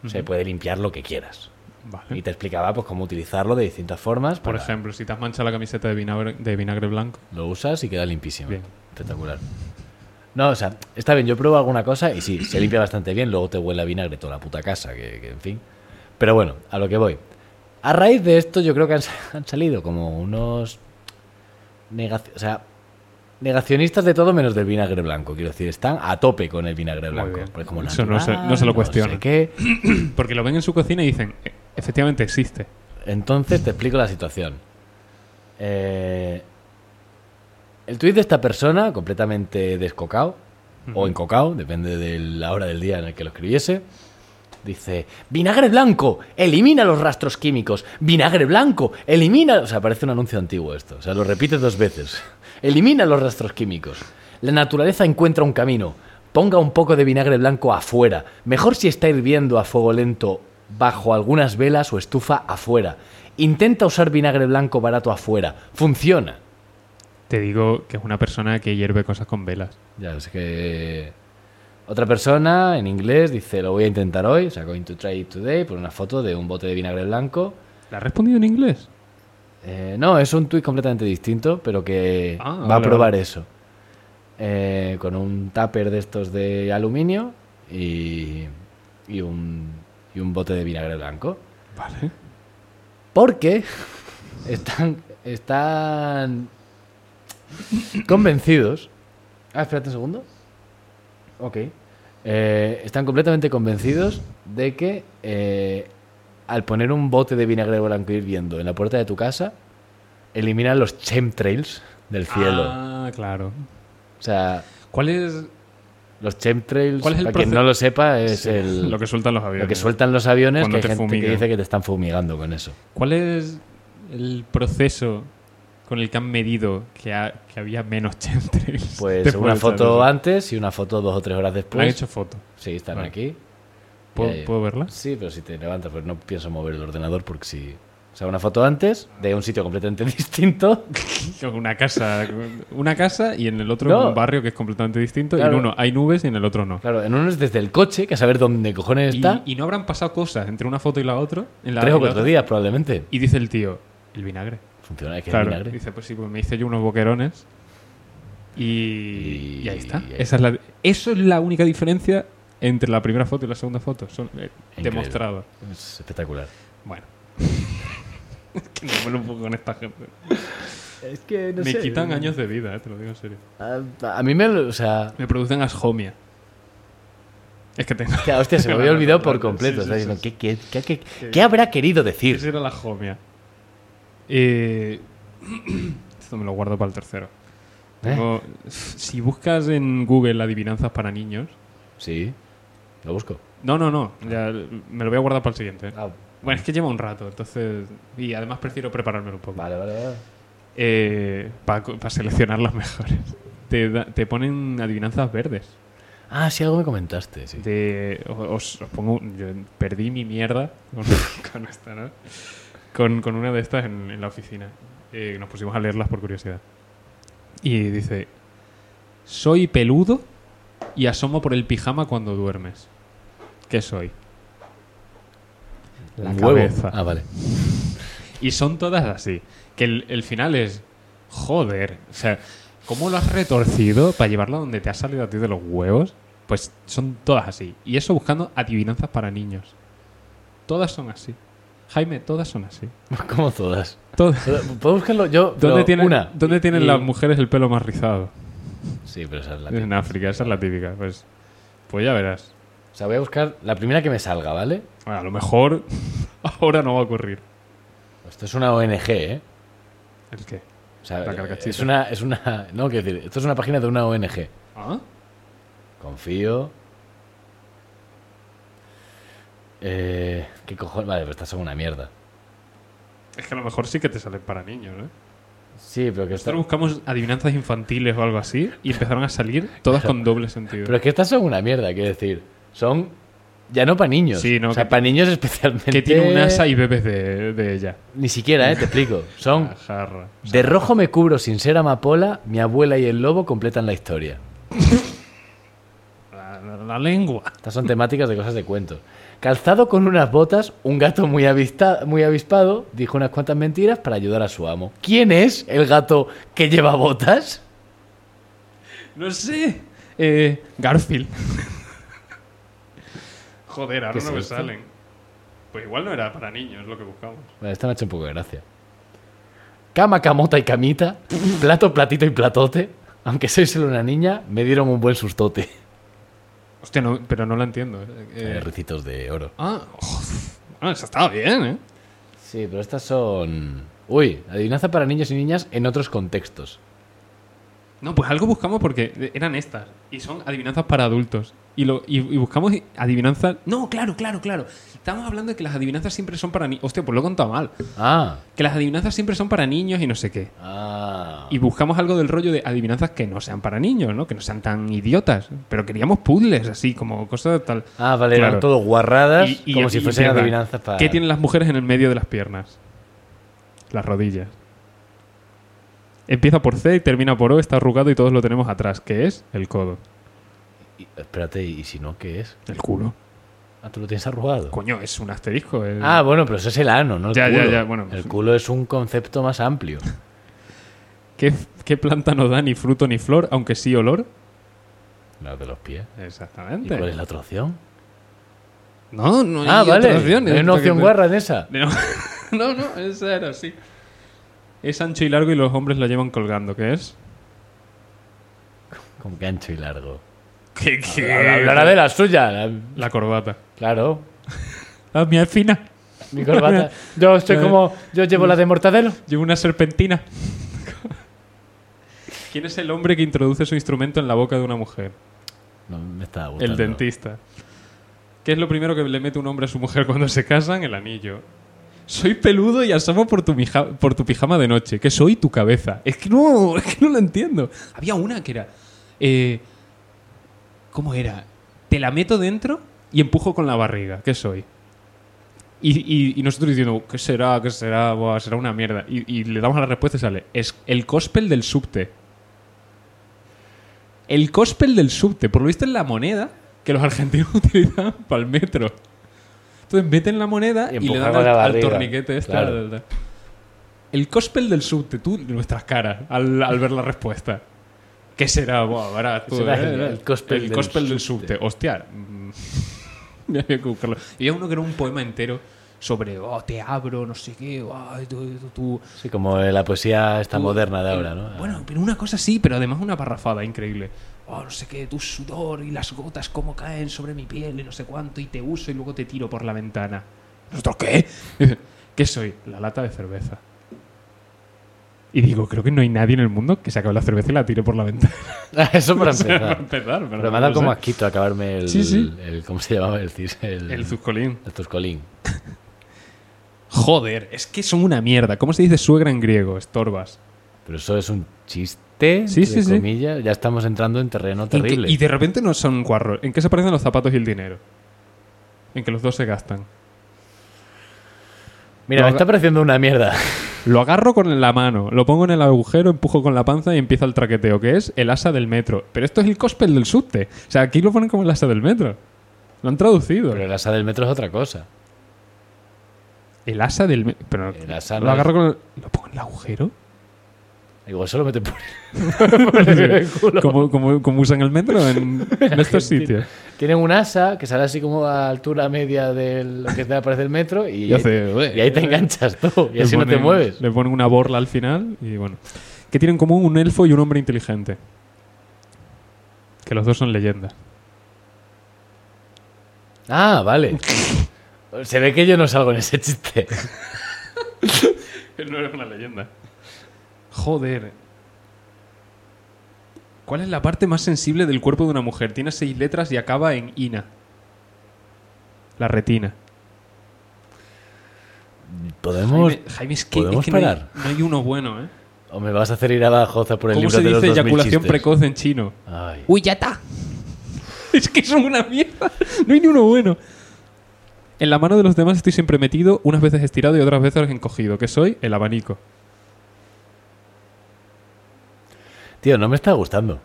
se puede limpiar lo que quieras. Vale. Y te explicaba pues cómo utilizarlo de distintas formas. Por para- ejemplo, si te has manchado la camiseta de vinagre, de vinagre blanco, Lo usas y queda limpísimo. Bien. Espectacular. No, o sea, está bien, yo pruebo alguna cosa y sí, se limpia bastante bien, luego te huele a vinagre toda la puta casa, que, que en fin. Pero bueno, a lo que voy. A raíz de esto yo creo que han, sa- han salido como unos... negaci- o sea, negacionistas de todo menos del vinagre blanco, quiero decir, están a tope con el vinagre Muy blanco. bien. porque es como Eso no se- natural, no se lo cuestionan. qué. porque lo ven en su cocina y dicen, "E- efectivamente existe. Entonces te explico la situación. Eh, el tuit de esta persona, completamente descocado, o encocado, depende de la hora del día en el que lo escribiese, dice, vinagre blanco, elimina los rastros químicos, vinagre blanco, elimina... O sea, parece un anuncio antiguo esto, o sea, lo repite dos veces. Elimina los rastros químicos. La naturaleza encuentra un camino. Ponga un poco de vinagre blanco afuera. Mejor si está hirviendo a fuego lento bajo algunas velas o estufa afuera. Intenta usar vinagre blanco barato afuera. Funciona. Te digo que es una persona que hierve cosas con velas. Ya, es que. Otra persona en inglés dice: Lo voy a intentar hoy, o sea, going to try it today, por una foto de un bote de vinagre blanco. ¿La has respondido en inglés? Eh, no, es un tuit completamente distinto, pero que Ah, va a vale, probar vale. eso. Eh, con un tupper de estos de aluminio y, y, un, y un bote de vinagre blanco. Vale. Porque están, están convencidos. Ah, espérate un segundo. Ok. Eh, están completamente convencidos de que eh, al poner un bote de vinagre blanco hirviendo en la puerta de tu casa, eliminan los chemtrails del cielo. Ah, claro. O sea, ¿Cuál es, los chemtrails, ¿Cuál es el para quien proce- no lo sepa, es el, lo que sueltan los aviones? lo que sueltan los aviones, que Cuando hay te gente fumigan. que dice que te están fumigando con eso. ¿Cuál es el proceso con el que han medido que, ha- que había menos chemtrails? Pues Después una del foto saludo. antes y una foto dos o tres horas después. Han hecho foto. Sí, están Vale. ¿Ah? aquí. ¿Puedo, Ya, ya. puedo verla? Sí, pero si te levantas, pues no pienso mover el ordenador porque si... O sea, una foto antes de un sitio completamente distinto. Una casa, una casa y en el otro No. un barrio que es completamente distinto. Y Claro. en uno hay nubes y en el otro no. Claro, en uno es desde el coche, que a saber dónde cojones Y- está. Y, no habrán pasado cosas entre una foto y la otra. En la, tres y o la cuatro otra. días probablemente. Y dice el tío, el vinagre. Funciona, es que Claro. es vinagre. Dice, pues sí, pues me hice yo unos boquerones. Y, Y- y ahí está. y ahí Esa es la, eso es la única diferencia entre la primera foto y la segunda foto. Son eh, Increíble. demostrado. Es espectacular. Bueno. Es que me vuelvo un poco con esta gente. Es que me quitan años de vida, eh, te lo digo en serio. A, Ah, a mí me... lo- O sea... Me producen asjomia. Es que tengo. o sea, hostia, se me había olvidado por completo. Sí, sí, Estaba sí, diciendo, sí. ¿qué- qué- qué- qué- qué habrá querido decir? Esa era la jomia. Eh, esto me lo guardo para el tercero. Eh. Tengo- Si buscas en Google adivinanzas para niños. Sí, lo busco. No, no, no. ya, me lo voy a guardar para el siguiente. Ah, Bueno, es que lleva un rato, entonces. Y además prefiero preparármelo un poco. Eh, vale, vale, vale. para, seleccionar las mejores. Te, da- te ponen adivinanzas verdes. Ah, sí, algo me comentaste, sí. de- o- os, os pongo. un- yo perdí mi mierda con, con esta, ¿no? Con, con una de estas en, en la oficina. Eh, nos pusimos a leerlas por curiosidad. Y dice: Soy peludo y asomo por el pijama cuando duermes. ¿Qué soy? La Un huevo. cabeza. Ah, vale. Y son todas así. Que el, el final es. Joder. O sea, ¿cómo lo has retorcido para llevarlo a donde te ha salido a ti de los huevos? Pues son todas así. Y eso buscando adivinanzas para niños. Todas son así. Jaime, todas son así. Como todas. Todas. Pero, ¿Puedo buscarlo yo? ¿Dónde Pero tienen, una. ¿dónde tienen Y- las mujeres el pelo más rizado? Sí, pero esa es la En típica. África, esa es la típica. Pues, pues ya verás. O sea, voy a buscar la primera que me salga, ¿vale? Bueno, a lo mejor ahora no va a ocurrir. Esto es una ONG, ¿eh? ¿El qué? O sea, La carcachita. es una, es una... No, quiero decir, esto es una página de una ONG. ¿Ah? Confío. Eh, ¿Qué cojones? Vale, pero estas son una mierda. Es que a lo mejor sí que te salen para niños, ¿eh? Sí, pero que, esta- Nosotros buscamos adivinanzas infantiles o algo así y empezaron a salir todas con doble sentido. pero es que estas son una mierda, quiero decir. Son ya no para niños. Sí, no, o sea, que- para niños especialmente... que tiene un asa y Ah. bebes de, de ella. Ni siquiera, ¿eh? Te explico. Son La jarra. De rojo me cubro sin ser amapola, mi abuela y el lobo completan la historia. Ah, la lengua. Estas son temáticas de cosas de cuentos. Calzado con unas botas, un gato muy, avista- muy avispado dijo unas cuantas mentiras para ayudar a su amo. ¿Quién es el gato que lleva botas? No sé. Eh, Garfield. Joder, ahora ¿Qué no es me esto? salen. Pues igual no era para niños, es lo que buscamos. Bueno, esta me ha hecho un poco de gracia. Cama, camota y camita, plato, platito y platote. Aunque soy solo una niña, me dieron un buen sustote. Hostia, no, pero no la entiendo. eh, eh. Eh, Ricitos de oro. ah, uf. bueno, esa estaba bien, ¿eh? Sí, pero estas son... Uy, adivinanza para niños y niñas en otros contextos. No, pues algo buscamos porque eran estas. Y son adivinanzas para adultos. Y, lo, y, y buscamos adivinanzas. No, claro, claro, claro. Estamos hablando de que las adivinanzas siempre son para niños. Hostia, pues lo he contado mal. Ah. Que las adivinanzas siempre son para niños y no sé qué. Ah. Y buscamos algo del rollo de adivinanzas que no sean para niños, ¿no? Que no sean tan idiotas. Pero queríamos puzzles, así, como cosas tal. Ah, vale, Claro. eran todo guarradas, Y- y- como y si fuesen empieza, adivinanzas para... ¿Qué tienen las mujeres en el medio de las piernas? Las rodillas. Empieza por C y termina por O, está arrugado y todos lo tenemos atrás, que es el codo. Y- espérate, ¿y si no, qué es? El culo. Ah, tú lo tienes arrugado. Coño, es un asterisco. eh. el- Ah, bueno, pero eso es el ano, ¿no? El Ya, ya, culo. ya, bueno. El culo es un concepto más amplio. ¿Qué, qué planta no da ni fruto ni flor, aunque sí olor? La de los pies. ¿Y Exactamente. cuál es la otra opción? No, no hay ah, otra vale. opción. Hay una opción guarra en esa. No, no, no, esa era así. Es ancho y largo y los hombres lo llevan colgando, ¿qué es? Con gancho y largo. ¿Qué, Habla- Hablará de la suya. la- La corbata. Claro. Ah, mira, es fina. Mi corbata. Yo estoy Eh. como. Yo llevo la de mortadelo. Lleva una serpentina. ¿Quién es el hombre que introduce su instrumento en la boca de una mujer? No, me estaba gustando. El dentista. ¿Qué es lo primero que le mete un hombre a su mujer cuando se casan? El anillo. Soy peludo y asomo por tu, mija- por tu pijama de noche, que soy tu cabeza. Es que no, es que no lo entiendo. Había una que era. eh, ¿Cómo era? Te la meto dentro y empujo con la barriga, ¿qué soy? Y, y- y nosotros diciendo, ¿qué será? ¿Qué será? Buah, será una mierda. Y, y le damos a la respuesta y sale, es el cospel del subte. El cospel del subte, por lo visto es la moneda que los argentinos utilizaban para el metro. Entonces meten la moneda Y y, le dan empujar con al, la al barriga. torniquete. este, Claro. al- al- El cospel del subte, tú, nuestras caras, al, al ver la respuesta. ¿Qué será? Buah, ahora tú, Será eh, el- el cospel el del cospel del subte. subte. Hostia. mm, ya había que buscarlo. Y había uno que era un poema entero sobre oh, te abro, no sé qué, oh, tú, tú- tú- Sí, como eh, la poesía esta tú- moderna de ahora, ¿no? Uh, Bueno, pero una cosa sí, pero además una parrafada increíble. Oh, no sé qué, tu sudor y las gotas cómo caen sobre mi piel y no sé cuánto, y te uso y luego te tiro por la ventana. ¿Nosotros qué? ¿Qué soy? La lata de cerveza. Y digo, creo que no hay nadie en el mundo que se acabe la cerveza y la tire por la ventana. Eso para Para empezar. empezar, pero Pero me ha no dado lo como sé. asquito acabarme el, Sí, sí. el- ¿Cómo se llamaba el cis? El, El Zuzcolín. el Tuscolín. Joder, es que son una mierda. ¿Cómo se dice suegra en griego? Estorbas. Pero eso es un chiste, Sí, entre sí, sí. comillas. Ya estamos entrando en terreno ¿En qué- terrible. y de repente no son cuarros. ¿En qué se parecen los zapatos y el dinero? En que los dos se gastan. Mira, lo haga- me está pareciendo una mierda. Lo agarro con la mano, lo pongo en el agujero, empujo con la panza y empieza el traqueteo, que es el asa del metro. Pero esto es el cospel del subte. O sea, aquí lo ponen como el asa del metro. Lo han traducido. Pero el asa del metro es otra cosa. el asa del metro. Pero El asa lo no es- agarro con el- ¿Lo pongo en el agujero? Igual solo mete por, por el culo. ¿Cómo, cómo, cómo usan el metro en, en estos sitios? Tienen un asa que sale así como a altura media de lo que te aparece el metro y, Y hace, eh, y ahí te enganchas tú y Le así no te ponen- mueves. Le ponen una borla al final y bueno. ¿Qué tienen en común un elfo y un hombre inteligente? Que los dos son leyendas. Ah, vale. Se ve que yo no salgo en ese chiste. no era una leyenda. Joder. ¿Cuál es la parte más sensible del cuerpo de una mujer? Tiene seis letras y acaba en ina. La retina. Podemos... Jaime, Jaime, es que, ¿podemos es que no, hay, parar? no hay uno bueno, ¿eh? O me vas a hacer ir abajo o sea, por el ¿Cómo libro se de los dice 2000 eyaculación chistes. precoz en chino? Ay. ¡Uy, ya está! es que son una mierda. No hay ni uno bueno. En la mano de los demás estoy siempre metido, unas veces estirado y otras veces encogido, que soy el abanico. Tío, no me está gustando.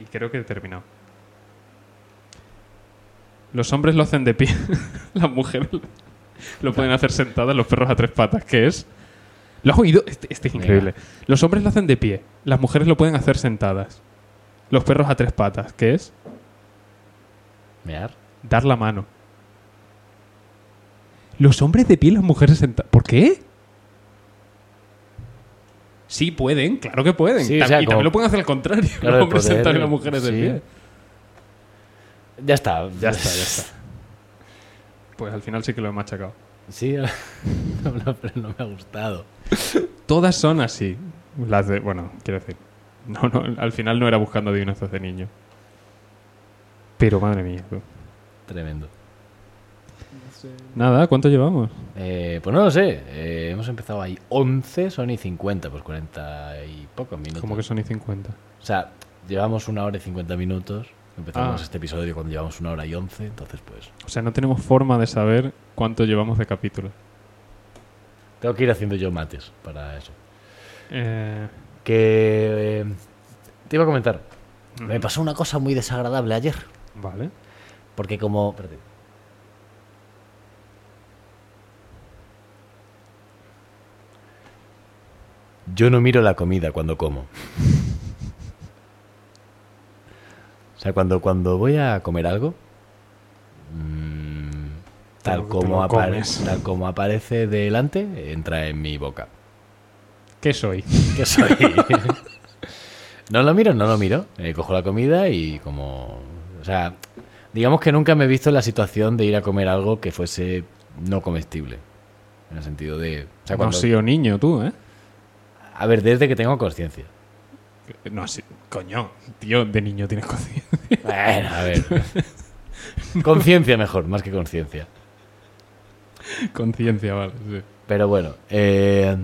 Y creo que he terminado. Los hombres lo hacen de pie. Las mujeres lo pueden hacer sentadas, los perros a tres patas, que es. ¿Lo has oído? Este, este es increíble. Los hombres lo hacen de pie. Las mujeres lo pueden hacer sentadas. Los perros a tres patas, que es Mear. dar la mano. Los hombres de pie, las mujeres sentadas. ¿Por qué? Sí, pueden, claro que pueden. Sí, o Tam- sea, y como- también lo pueden hacer al contrario. Claro, los el hombres poder, sentados y el- las mujeres de sí. pie. Ya está. Ya está, ya está. Pues al final sí que lo he machacado. Sí, no, no, pero no me ha gustado. Todas son así. Las de. Bueno, quiero decir. No, no, al final no era buscando adivinanzas de niño. Pero madre mía. tú. Tremendo. Nada, ¿cuánto llevamos? Eh, pues no lo sé. eh, hemos empezado ahí 11, son y 50, pues 40 y pocos minutos. Como que son y 50. O sea, llevamos una hora y 50 minutos. Empezamos Ah. este episodio cuando llevamos una hora y 11, entonces pues... O sea, no tenemos forma de saber cuánto llevamos de capítulo. Tengo que ir haciendo yo mates para eso. Eh, Que... eh, te iba a comentar. Me pasó una cosa muy desagradable ayer. vale. Porque como... espérate. Yo no miro la comida cuando como. O sea, cuando, cuando voy a comer algo, mm, Te tal, lo- te como lo comes. aparece, tal como aparece delante, entra en mi boca. ¿Qué soy? ¿Qué soy? no lo miro, no lo miro. Eh, cojo la comida y como... O sea, digamos que nunca me he visto en la situación de ir a comer algo que fuese no comestible. En el sentido de... O sea, no cuando, has sido niño tú, ¿eh? A ver, desde que tengo conciencia. No has sido... Coño, tío, de niño tienes conciencia. Bueno, a ver. conciencia mejor, más que conciencia. conciencia, vale. sí. Pero bueno, eh,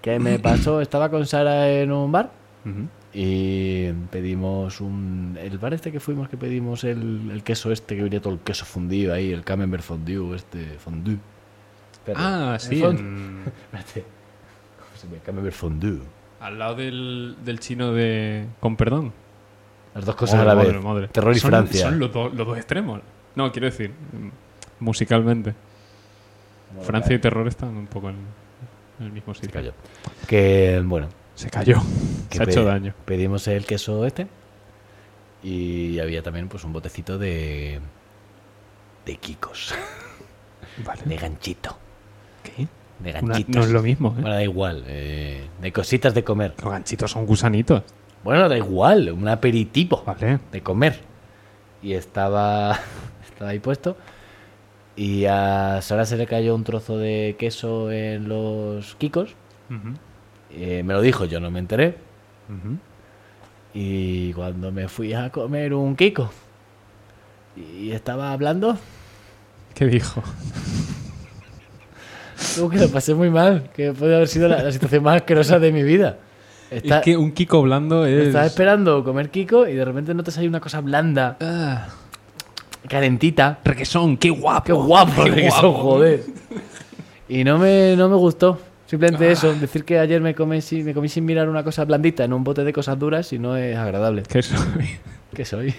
¿qué me pasó? Estaba con Sara en un bar Ujú. y pedimos un... El bar este que fuimos, que pedimos el, el queso este, que venía todo el queso fundido ahí, el camembert fondue, este fondue. Espérate. Ah, El sí. fond- en- Espérate. ¿Cómo se llama? Camembert fondue. Al lado del, del chino de... Con perdón. Las dos cosas Madre, a la vez. madre, madre. Terror y Son- Francia. Son los, dos- los dos extremos. No, quiero decir, mm, musicalmente. Francia y terror están un poco en, en el mismo sitio. Se cayó. Que, bueno, Se cayó. Que Se ha pe- hecho daño. pedimos el queso este y había también pues un botecito de de kikos de Vale. ganchito ¿Qué? de Una- ganchitos no es lo mismo, ¿eh? bueno da igual eh, de cositas de comer Los ganchitos son gusanitos. bueno da igual un aperitivo Vale. de comer y estaba estaba ahí puesto y a Sara se le cayó un trozo de queso en los kikos Ujú, Eh, me lo dijo yo no me enteré ujú. Y cuando me fui a comer un Kiko y estaba hablando, ¿Qué dijo? tú, que lo pasé muy mal, que puede haber sido la, la situación más asquerosa de mi vida. Está- es que un Kiko blando es. Estaba esperando comer Kiko y de repente notas ahí una cosa blanda, Ah, calentita. requesón, qué guapo. ¡Qué guapo! Oh, qué de que son, guapo. joder. Y no me, no me gustó. Ah. Simplemente eso, decir que ayer me comí, sin, me comí sin mirar una cosa blandita en un bote de cosas duras y no es agradable. ¿Qué soy? ¿Qué soy?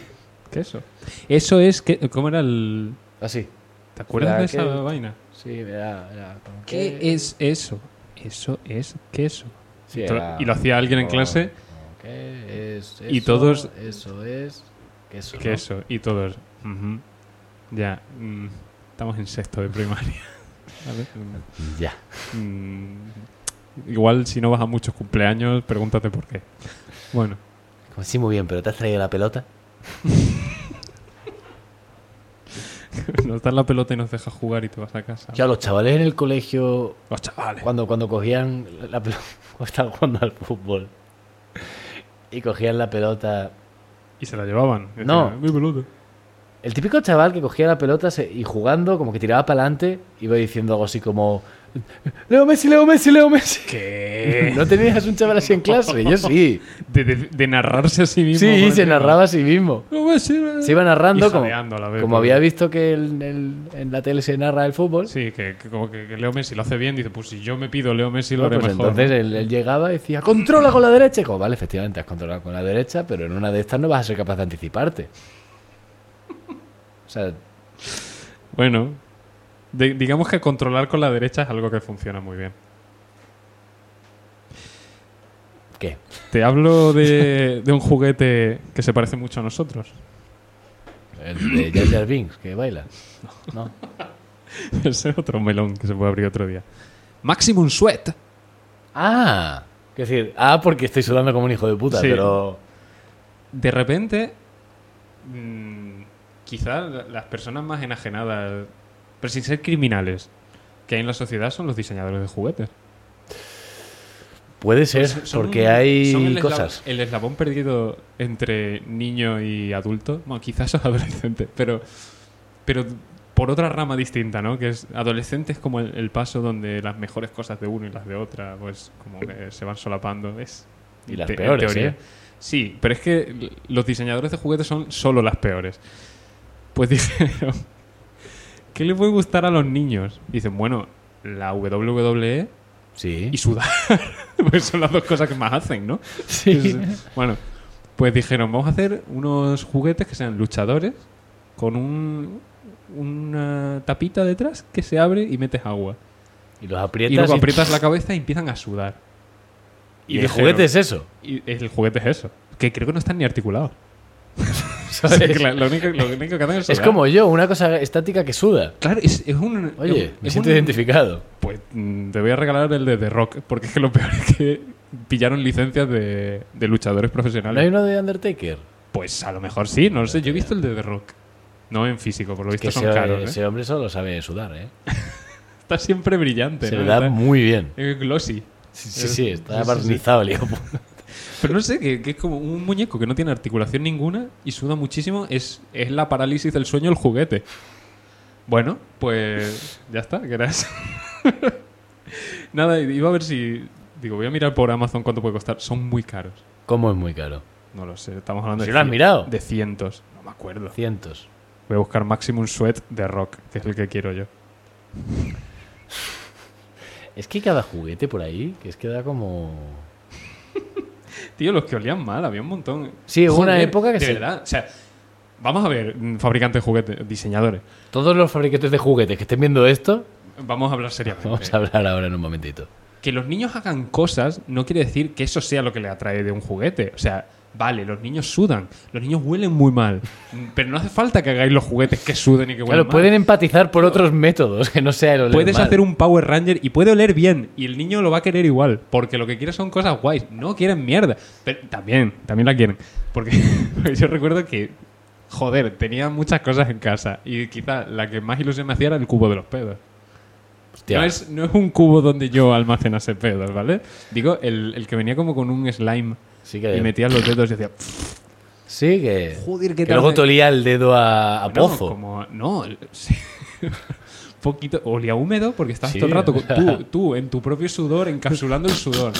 ¿Qué eso? Eso es que. ¿Cómo era el.? Así. ¿Te acuerdas Era de esa que- vaina? Sí, era... era como ¿Qué que- es eso? Eso es queso. Oh, Sí, Y to- era- y lo hacía alguien en o- clase. o qué es Y eso, todos- Eso es. Queso. ¿no? Queso y todos. ujú. Ya. mm, estamos en sexto de primaria. A ver, Ya. mm, igual si no vas a muchos cumpleaños, pregúntate por qué. Bueno. Como, Sí, muy bien, pero ¿te has traído la pelota? Nos das la pelota y nos dejas jugar y te vas a casa. Ya, los chavales en el colegio, Los chavales. cuando, cuando cogían la pelota, estaban jugando al fútbol y cogían la pelota. Y se la llevaban. Y No. decían, "Mi pelota". El típico chaval que cogía la pelota se- y jugando, como que tiraba para adelante, iba diciendo algo así como: Leo Messi, Leo Messi, Leo Messi. ¿Qué? ¿No tenías un chaval así en clase? Yo sí. De, de- de narrarse a sí mismo. Sí, por se encima. narraba a sí mismo. No voy a decir- se iba Y narrando como, jadeando a la vez, como porque- había visto que el- el- en la tele se narra el fútbol Sí, que, que como que, que Leo Messi lo hace bien. Dice, pues si yo me pido Leo Messi lo ¿no? haré pues mejor. entonces él, él llegaba y decía controla con la derecha Y como vale efectivamente has controlado con la derecha pero en una de estas no vas a ser capaz de anticiparte o sea Bueno, de- digamos que controlar con la derecha es algo que funciona muy bien. ¿Qué? Te hablo de, de un juguete que se parece mucho a nosotros. El de Jar Jar Binks, que baila. No. Ese es otro melón que se puede abrir otro día. Maximum Sweat. Ah, es decir, ah, porque estoy sudando como un hijo de puta, Sí. pero. De repente, mm, quizás la- las personas más enajenadas, pero sin ser criminales, que hay en la sociedad son los diseñadores de juguetes. Puede ser, Pues Son- porque son hay el eslabón- cosas. el eslabón perdido entre niño y adulto. Bueno, quizás son adolescentes, pero, pero por otra rama distinta, ¿no? Que es adolescente es como el, el paso donde las mejores cosas de uno y las de otra, pues como que se van solapando. Es, Y las te- en peores, teoría. ¿eh? Sí, pero es que l- los diseñadores de juguetes son solo las peores. Pues dijeron, ¿qué le puede gustar a los niños? Dicen, bueno, la E WWE Sí. y sudar. pues son las dos cosas que más hacen, ¿no? Entonces, bueno, pues dijeron, vamos a hacer unos juguetes que sean luchadores con un, una tapita detrás que se abre y metes agua. Y los aprietas. Y luego aprietas la cabeza y empiezan a sudar. Y el dijeron- juguete es eso. y el juguete es eso. Que creo que no están ni articulados. O sea, ¿sabes? que la- lo, único, lo único que hacen es Es sudar. como yo, una cosa estática que suda. Claro, es, es un... Oye, es- me es siento un- identificado. Pues mm, te voy a regalar el de The Rock, porque es que lo peor es que pillaron licencias de, de luchadores ¿No hay profesionales. uno de Undertaker? Pues a lo mejor sí, no lo sé. Yo he visto el de The Rock. No en físico, por lo Es visto que son ese, caros. ¿eh? ese hombre solo sabe sudar, ¿eh? Está siempre brillante. Se ¿no? le da Está- muy bien. es glossy. Sí, sí, sí, está Sí, sí, sí. barnizado el hijo. Pero no sé, que, que es como un muñeco que no tiene articulación ninguna y suda muchísimo. Es, es la parálisis del sueño el juguete. Bueno, pues ya está, que era eso. Nada, iba a ver si... Digo, voy a mirar por Amazon cuánto puede costar. Son muy caros. ¿Cómo es muy caro? No lo sé, estamos hablando Si de, lo has cien- mirado. de cientos. No me acuerdo. Cientos. Voy a buscar Maximum Sweat de Rock, que es el que quiero yo. Es que cada juguete por ahí, que es que da como... Tío, los que olían mal, había un montón. Sí, hubo una época que de se- verdad, o sea, vamos a ver, mm, fabricantes de juguetes, diseñadores. Todos los fabricantes de juguetes que estén viendo esto, Vamos a hablar seriamente. vamos a hablar ahora en un momentito. Que los niños hagan cosas no quiere decir que eso sea lo que le atrae de un juguete. O sea, vale, los niños sudan, los niños huelen muy mal, mm, pero no hace falta que hagáis los juguetes que suden y que Claro, huelen mal. pueden empatizar por otros métodos, que no sea el oler Puedes mal. hacer un Power Ranger y puede oler bien y el niño lo va a querer igual, porque lo que quiere son cosas guays, no quieren mierda. Pero también, también la quieren. Porque pues yo recuerdo que, joder, tenía muchas cosas en casa y quizá la que más ilusión me hacía era el cubo de los pedos. Hostia, No es, no es un cubo donde yo almacenase pedos, ¿vale? Digo, el, el que venía como con un slime sí y que... metías los dedos y hacía... Sí que... Joder, qué que luego tarde. te olía el dedo a, a No, pozo. como- no, sí. poquito, olía húmedo porque estabas Sí. todo el rato con- tú, tú en tu propio sudor, encapsulando el sudor.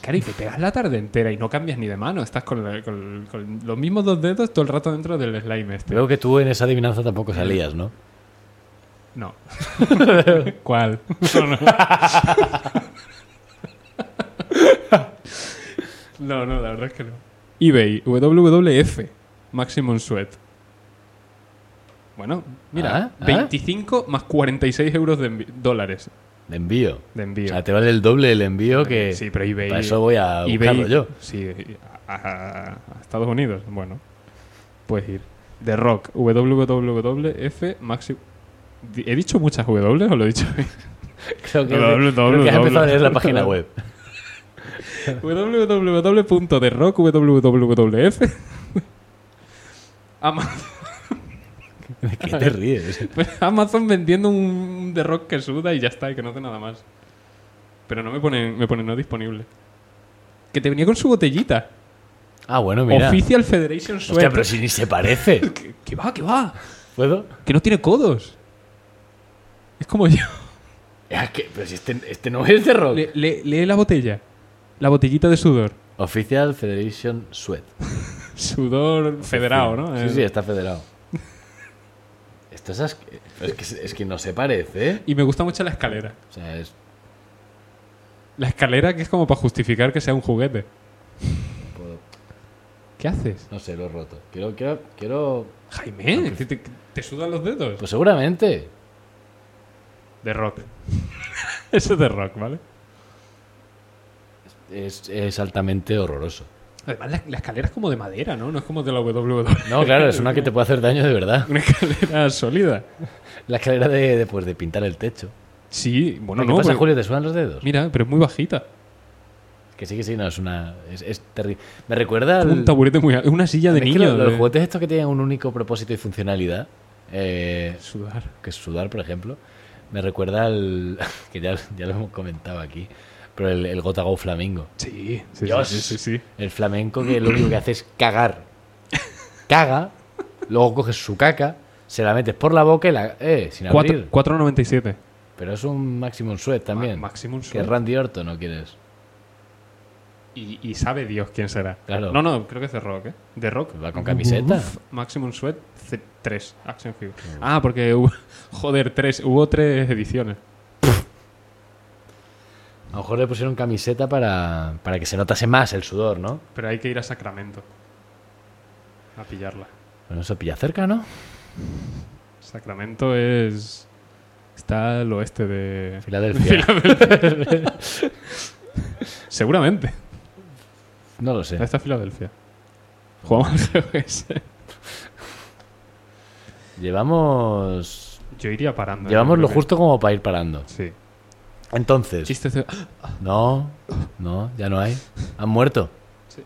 Claro, y te pegas la tarde entera y no cambias ni de mano. Estás con, la- con- con los mismos dos dedos todo el rato dentro del slime este. Creo que tú en esa adivinanza tampoco salías, ¿no? No. ¿Cuál? No, no. no, no, la verdad es que no. eBay, WWF, Maximum Sweat. Bueno, mira, Ah, ah. 25 más 46 euros de envi- dólares De envío. de O envío. sea, te vale el doble el envío que... Sí, pero eBay. Para eso voy a buscarlo yo. Sí, a, a- a Estados Unidos. Bueno, puedes ir. The Rock, WWF, Maximum. ¿He dicho muchas W o lo he dicho bien? Creo que, Doble, creo doble, que has empezado a doble. leer la página web. www.derrock.wwf Amazon, ¿De qué te ríes? Amazon vendiendo un The Rock que suda y ya está, y que no hace nada más. Pero no me pone, me pone no disponible. Que te venía con su botellita. Ah, bueno, mira. Official Federation Sweat. Hostia, pero si ni se parece. que, que va, que va. ¿Puedo? Que no tiene codos. Es como yo. Ya que- pero si este, este no es de rock. Le- le- lee la botella. La botellita de sudor. Official Federation Sweat. Sudor federado, ¿no? Sí, Eh, sí, está federado. Esto es, as- es, que, es que no se parece, ¿eh? Y me gusta mucho la escalera. O sea, es- La escalera que es como para justificar que sea un juguete. ¿Qué haces? No sé, lo he roto. Quiero, quiero, quiero. Jaime, te, te- te sudan los dedos. Pues seguramente. De rock. Eso es de rock, ¿vale? Es, es altamente horroroso. Además, la, la escalera es como de madera, ¿no? No es como de la WWE. No, claro, es una que te puede hacer daño de verdad. Una escalera sólida. La escalera de, de, pues, de pintar el techo. Sí, bueno, ¿Qué no. pasa, porque- Julio? ¿Te suenan los dedos? Mira, pero es muy bajita. Que sí, que sí, no, es una. Es, terrible. Me recuerda Como al. un taburete muy alto. Es una silla de Es que niño. eh. Los, los de- juguetes estos que tienen un único propósito y funcionalidad, eh, Sudar. que es sudar, por ejemplo, me recuerda al. que ya, ya lo hemos comentado aquí, pero el, el Gota Go Flamingo. Sí, sí, Dios. sí, sí, sí. El flamenco que lo único que hace es cagar. Caga, luego coges su caca, se la metes por la boca y la. ¡Eh! Sin Cuatro- abrir. 4,97. Pero es un Maximum Sweat también. Ma- Maximum Que es Sweat. Randy Orton, ¿no quieres? Y, y sabe Dios quién será. Claro. No, no, creo que es de rock, ¿eh? De rock. Va con camiseta. Maximum Sweat 3, Action Figure. Ah, porque hubo, joder, tres, hubo tres ediciones. A lo mejor le pusieron camiseta para, para que se notase más el sudor, ¿no? Pero hay que ir a Sacramento a pillarla. Bueno, eso pilla cerca, ¿no? Sacramento es. Está al oeste de. Filadelfia. Seguramente. No lo sé. Ahí está Filadelfia. Jugamos al GS. Llevamos. Yo iría parando. Llevamos yo creo lo que- justo como para ir parando. Sí. Entonces. Chistes de- No, no, ya no hay. Han muerto. Sí.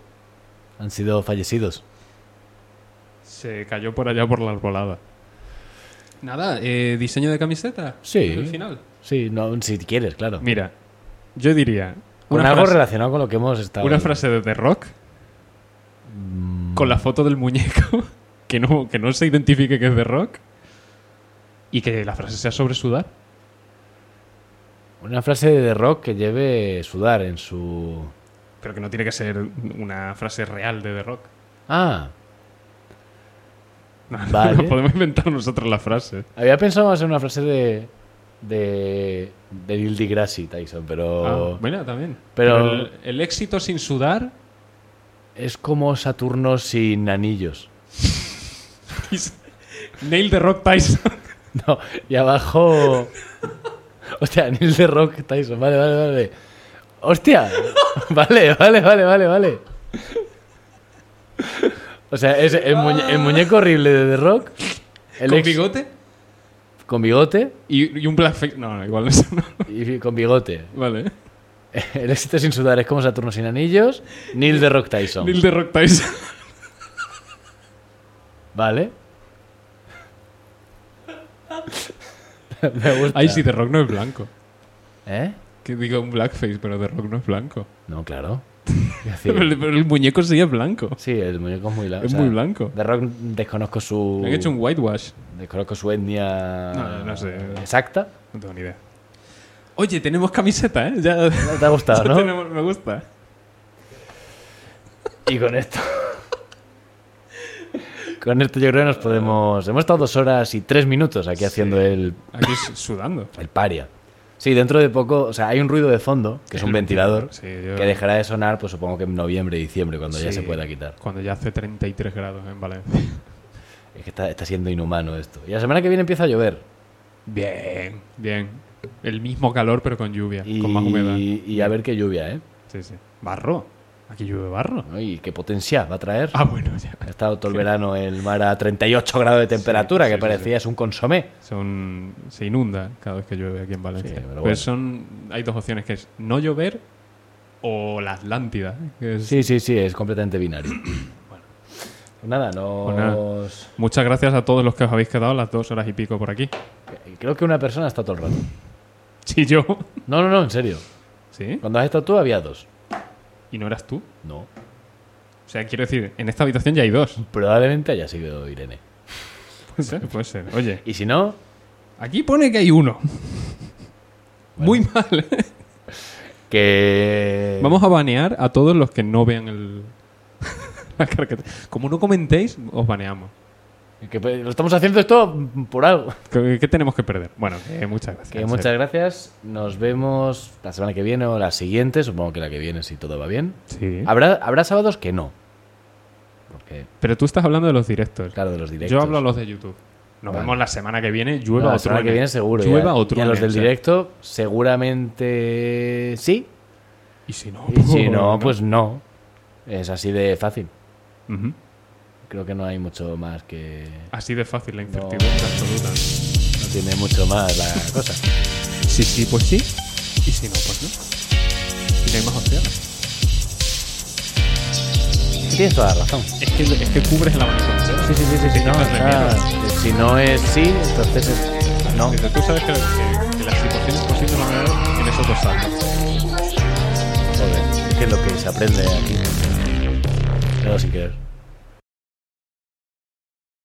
Han sido fallecidos. Se cayó por allá por la arbolada. Nada, eh, diseño de camiseta. Sí. El final. Sí, no, si quieres, claro. Mira, yo diría. Con Una, algo frase, relacionado con lo que hemos estado. una frase de The Rock Mm, con la foto del muñeco que no, que no se identifique que es The Rock y que la frase sea sobre sudar. Una frase de The Rock que lleve sudar en su. Pero que no tiene que ser una frase real de The Rock. Ah, No, Vale. no podemos inventar nosotros la frase. había pensado hacer una frase de. de. de Neil deGrasse Tyson, pero. Ah, bueno, también. Oh. Pero- el, el éxito sin sudar Es como Saturno sin anillos. es Nail The Rock Tyson. No, y abajo. Hostia, Neil de Rock Tyson. Vale, vale, vale. Hostia. Vale, vale, vale, vale, vale. O sea, es el, muñe- el muñeco horrible de The Rock. El ¿Con ex- bigote? Con bigote. Y, y un blackface. No, no, igual eso no. Y con bigote. Vale. El éxito sin sudar es como Saturno sin anillos. Neil de Rock Tyson. Neil The Rock Tyson. Vale. Me gusta. Ay, sí, The Rock no es blanco. ¿Eh? Que digo un blackface, pero The Rock no es blanco. No, claro. Es decir, Pero, el, pero el muñeco sí es blanco. Sí, el muñeco es muy blanco. es muy blanco. The Rock desconozco su. Le han hecho un whitewash. Desconozco su etnia. No, no sé. Exacta. No tengo ni idea. Oye, tenemos camiseta, ¿eh? Ya, ya ¿Te ha gustado, no? tenemos- me gusta. Y con esto. con esto yo creo que nos podemos. Hemos estado dos horas y tres minutos aquí haciendo el, Aquí su- sudando. el paria. Sí, dentro de poco. O sea, hay un ruido de fondo, que es un El ventilador, Sí, yo- que dejará de sonar, pues supongo que en noviembre, diciembre, cuando ya Sí. se pueda quitar. Cuando ya hace 33 grados en Valencia. Es que está, está siendo inhumano esto. Y la semana que viene empieza a llover. Bien. Bien. El mismo calor, pero con lluvia. Y, Con más humedad. y a ver qué lluvia, ¿eh? Sí, sí. Barro. Aquí llueve barro. ¿No? Y qué potencia va a traer. Ah, bueno, ya. Ha estado todo el verano el mar a 38 grados de temperatura, sí, que sí, parecía es un consomé. Son, se inunda cada vez que llueve aquí en Valencia. Sí, pero pero bueno. son, hay dos opciones, que es no llover o la Atlántida. ¿eh? que es- Sí, sí, sí, es completamente binario. Pues Nada, nos... Pues Muchas gracias a todos los que os habéis quedado las dos horas y pico por aquí. Creo que una persona está todo el rato. Sí, yo. No, no, no, en serio. ¿Sí? Cuando has estado tú había dos. ¿Y no eras tú? No. O sea, quiero decir, en esta habitación ya hay dos. Probablemente haya sido Irene. Puede ser, puede ser. Oye, Y si no, aquí pone que hay uno. Muy mal. ¿eh? que... Vamos a banear a todos los que no vean el... la carpeta. Como no comentéis, os baneamos. que pues, lo estamos haciendo esto por algo. ¿Qué, qué tenemos que perder? Bueno, que muchas gracias. Que muchas gracias. Nos vemos la semana que viene o la siguiente. Supongo que la que viene si todo va bien. Sí. Habrá, habrá sábados que no. Porque, Pero tú estás hablando de los directos. claro, de los directos. Yo hablo a los de YouTube. Nos Vale. vemos la semana que viene, No, llueva la o semana truene. que viene seguro. Llueva ya. o Y a truene, los del o sea. directo, seguramente sí. Y si no, Y si no, pues no. Es así de fácil. Ujú. Creo que no hay mucho más que. Así de fácil la incertidumbre absoluta. No tiene mucho más la cosa. Sí, sí, pues sí. Y si no, pues no. Y no hay más opciones. Tienes toda la razón. Es que, es que cubres la manera entera. Sí, sí, sí, sí. Te sí, no, quitas de está- mierda. si no es sí, entonces es no. Dice, tú sabes que, que- que la situación es posible la manera en esos dos años. Joder, es que es lo que se aprende aquí. Pero sin querer.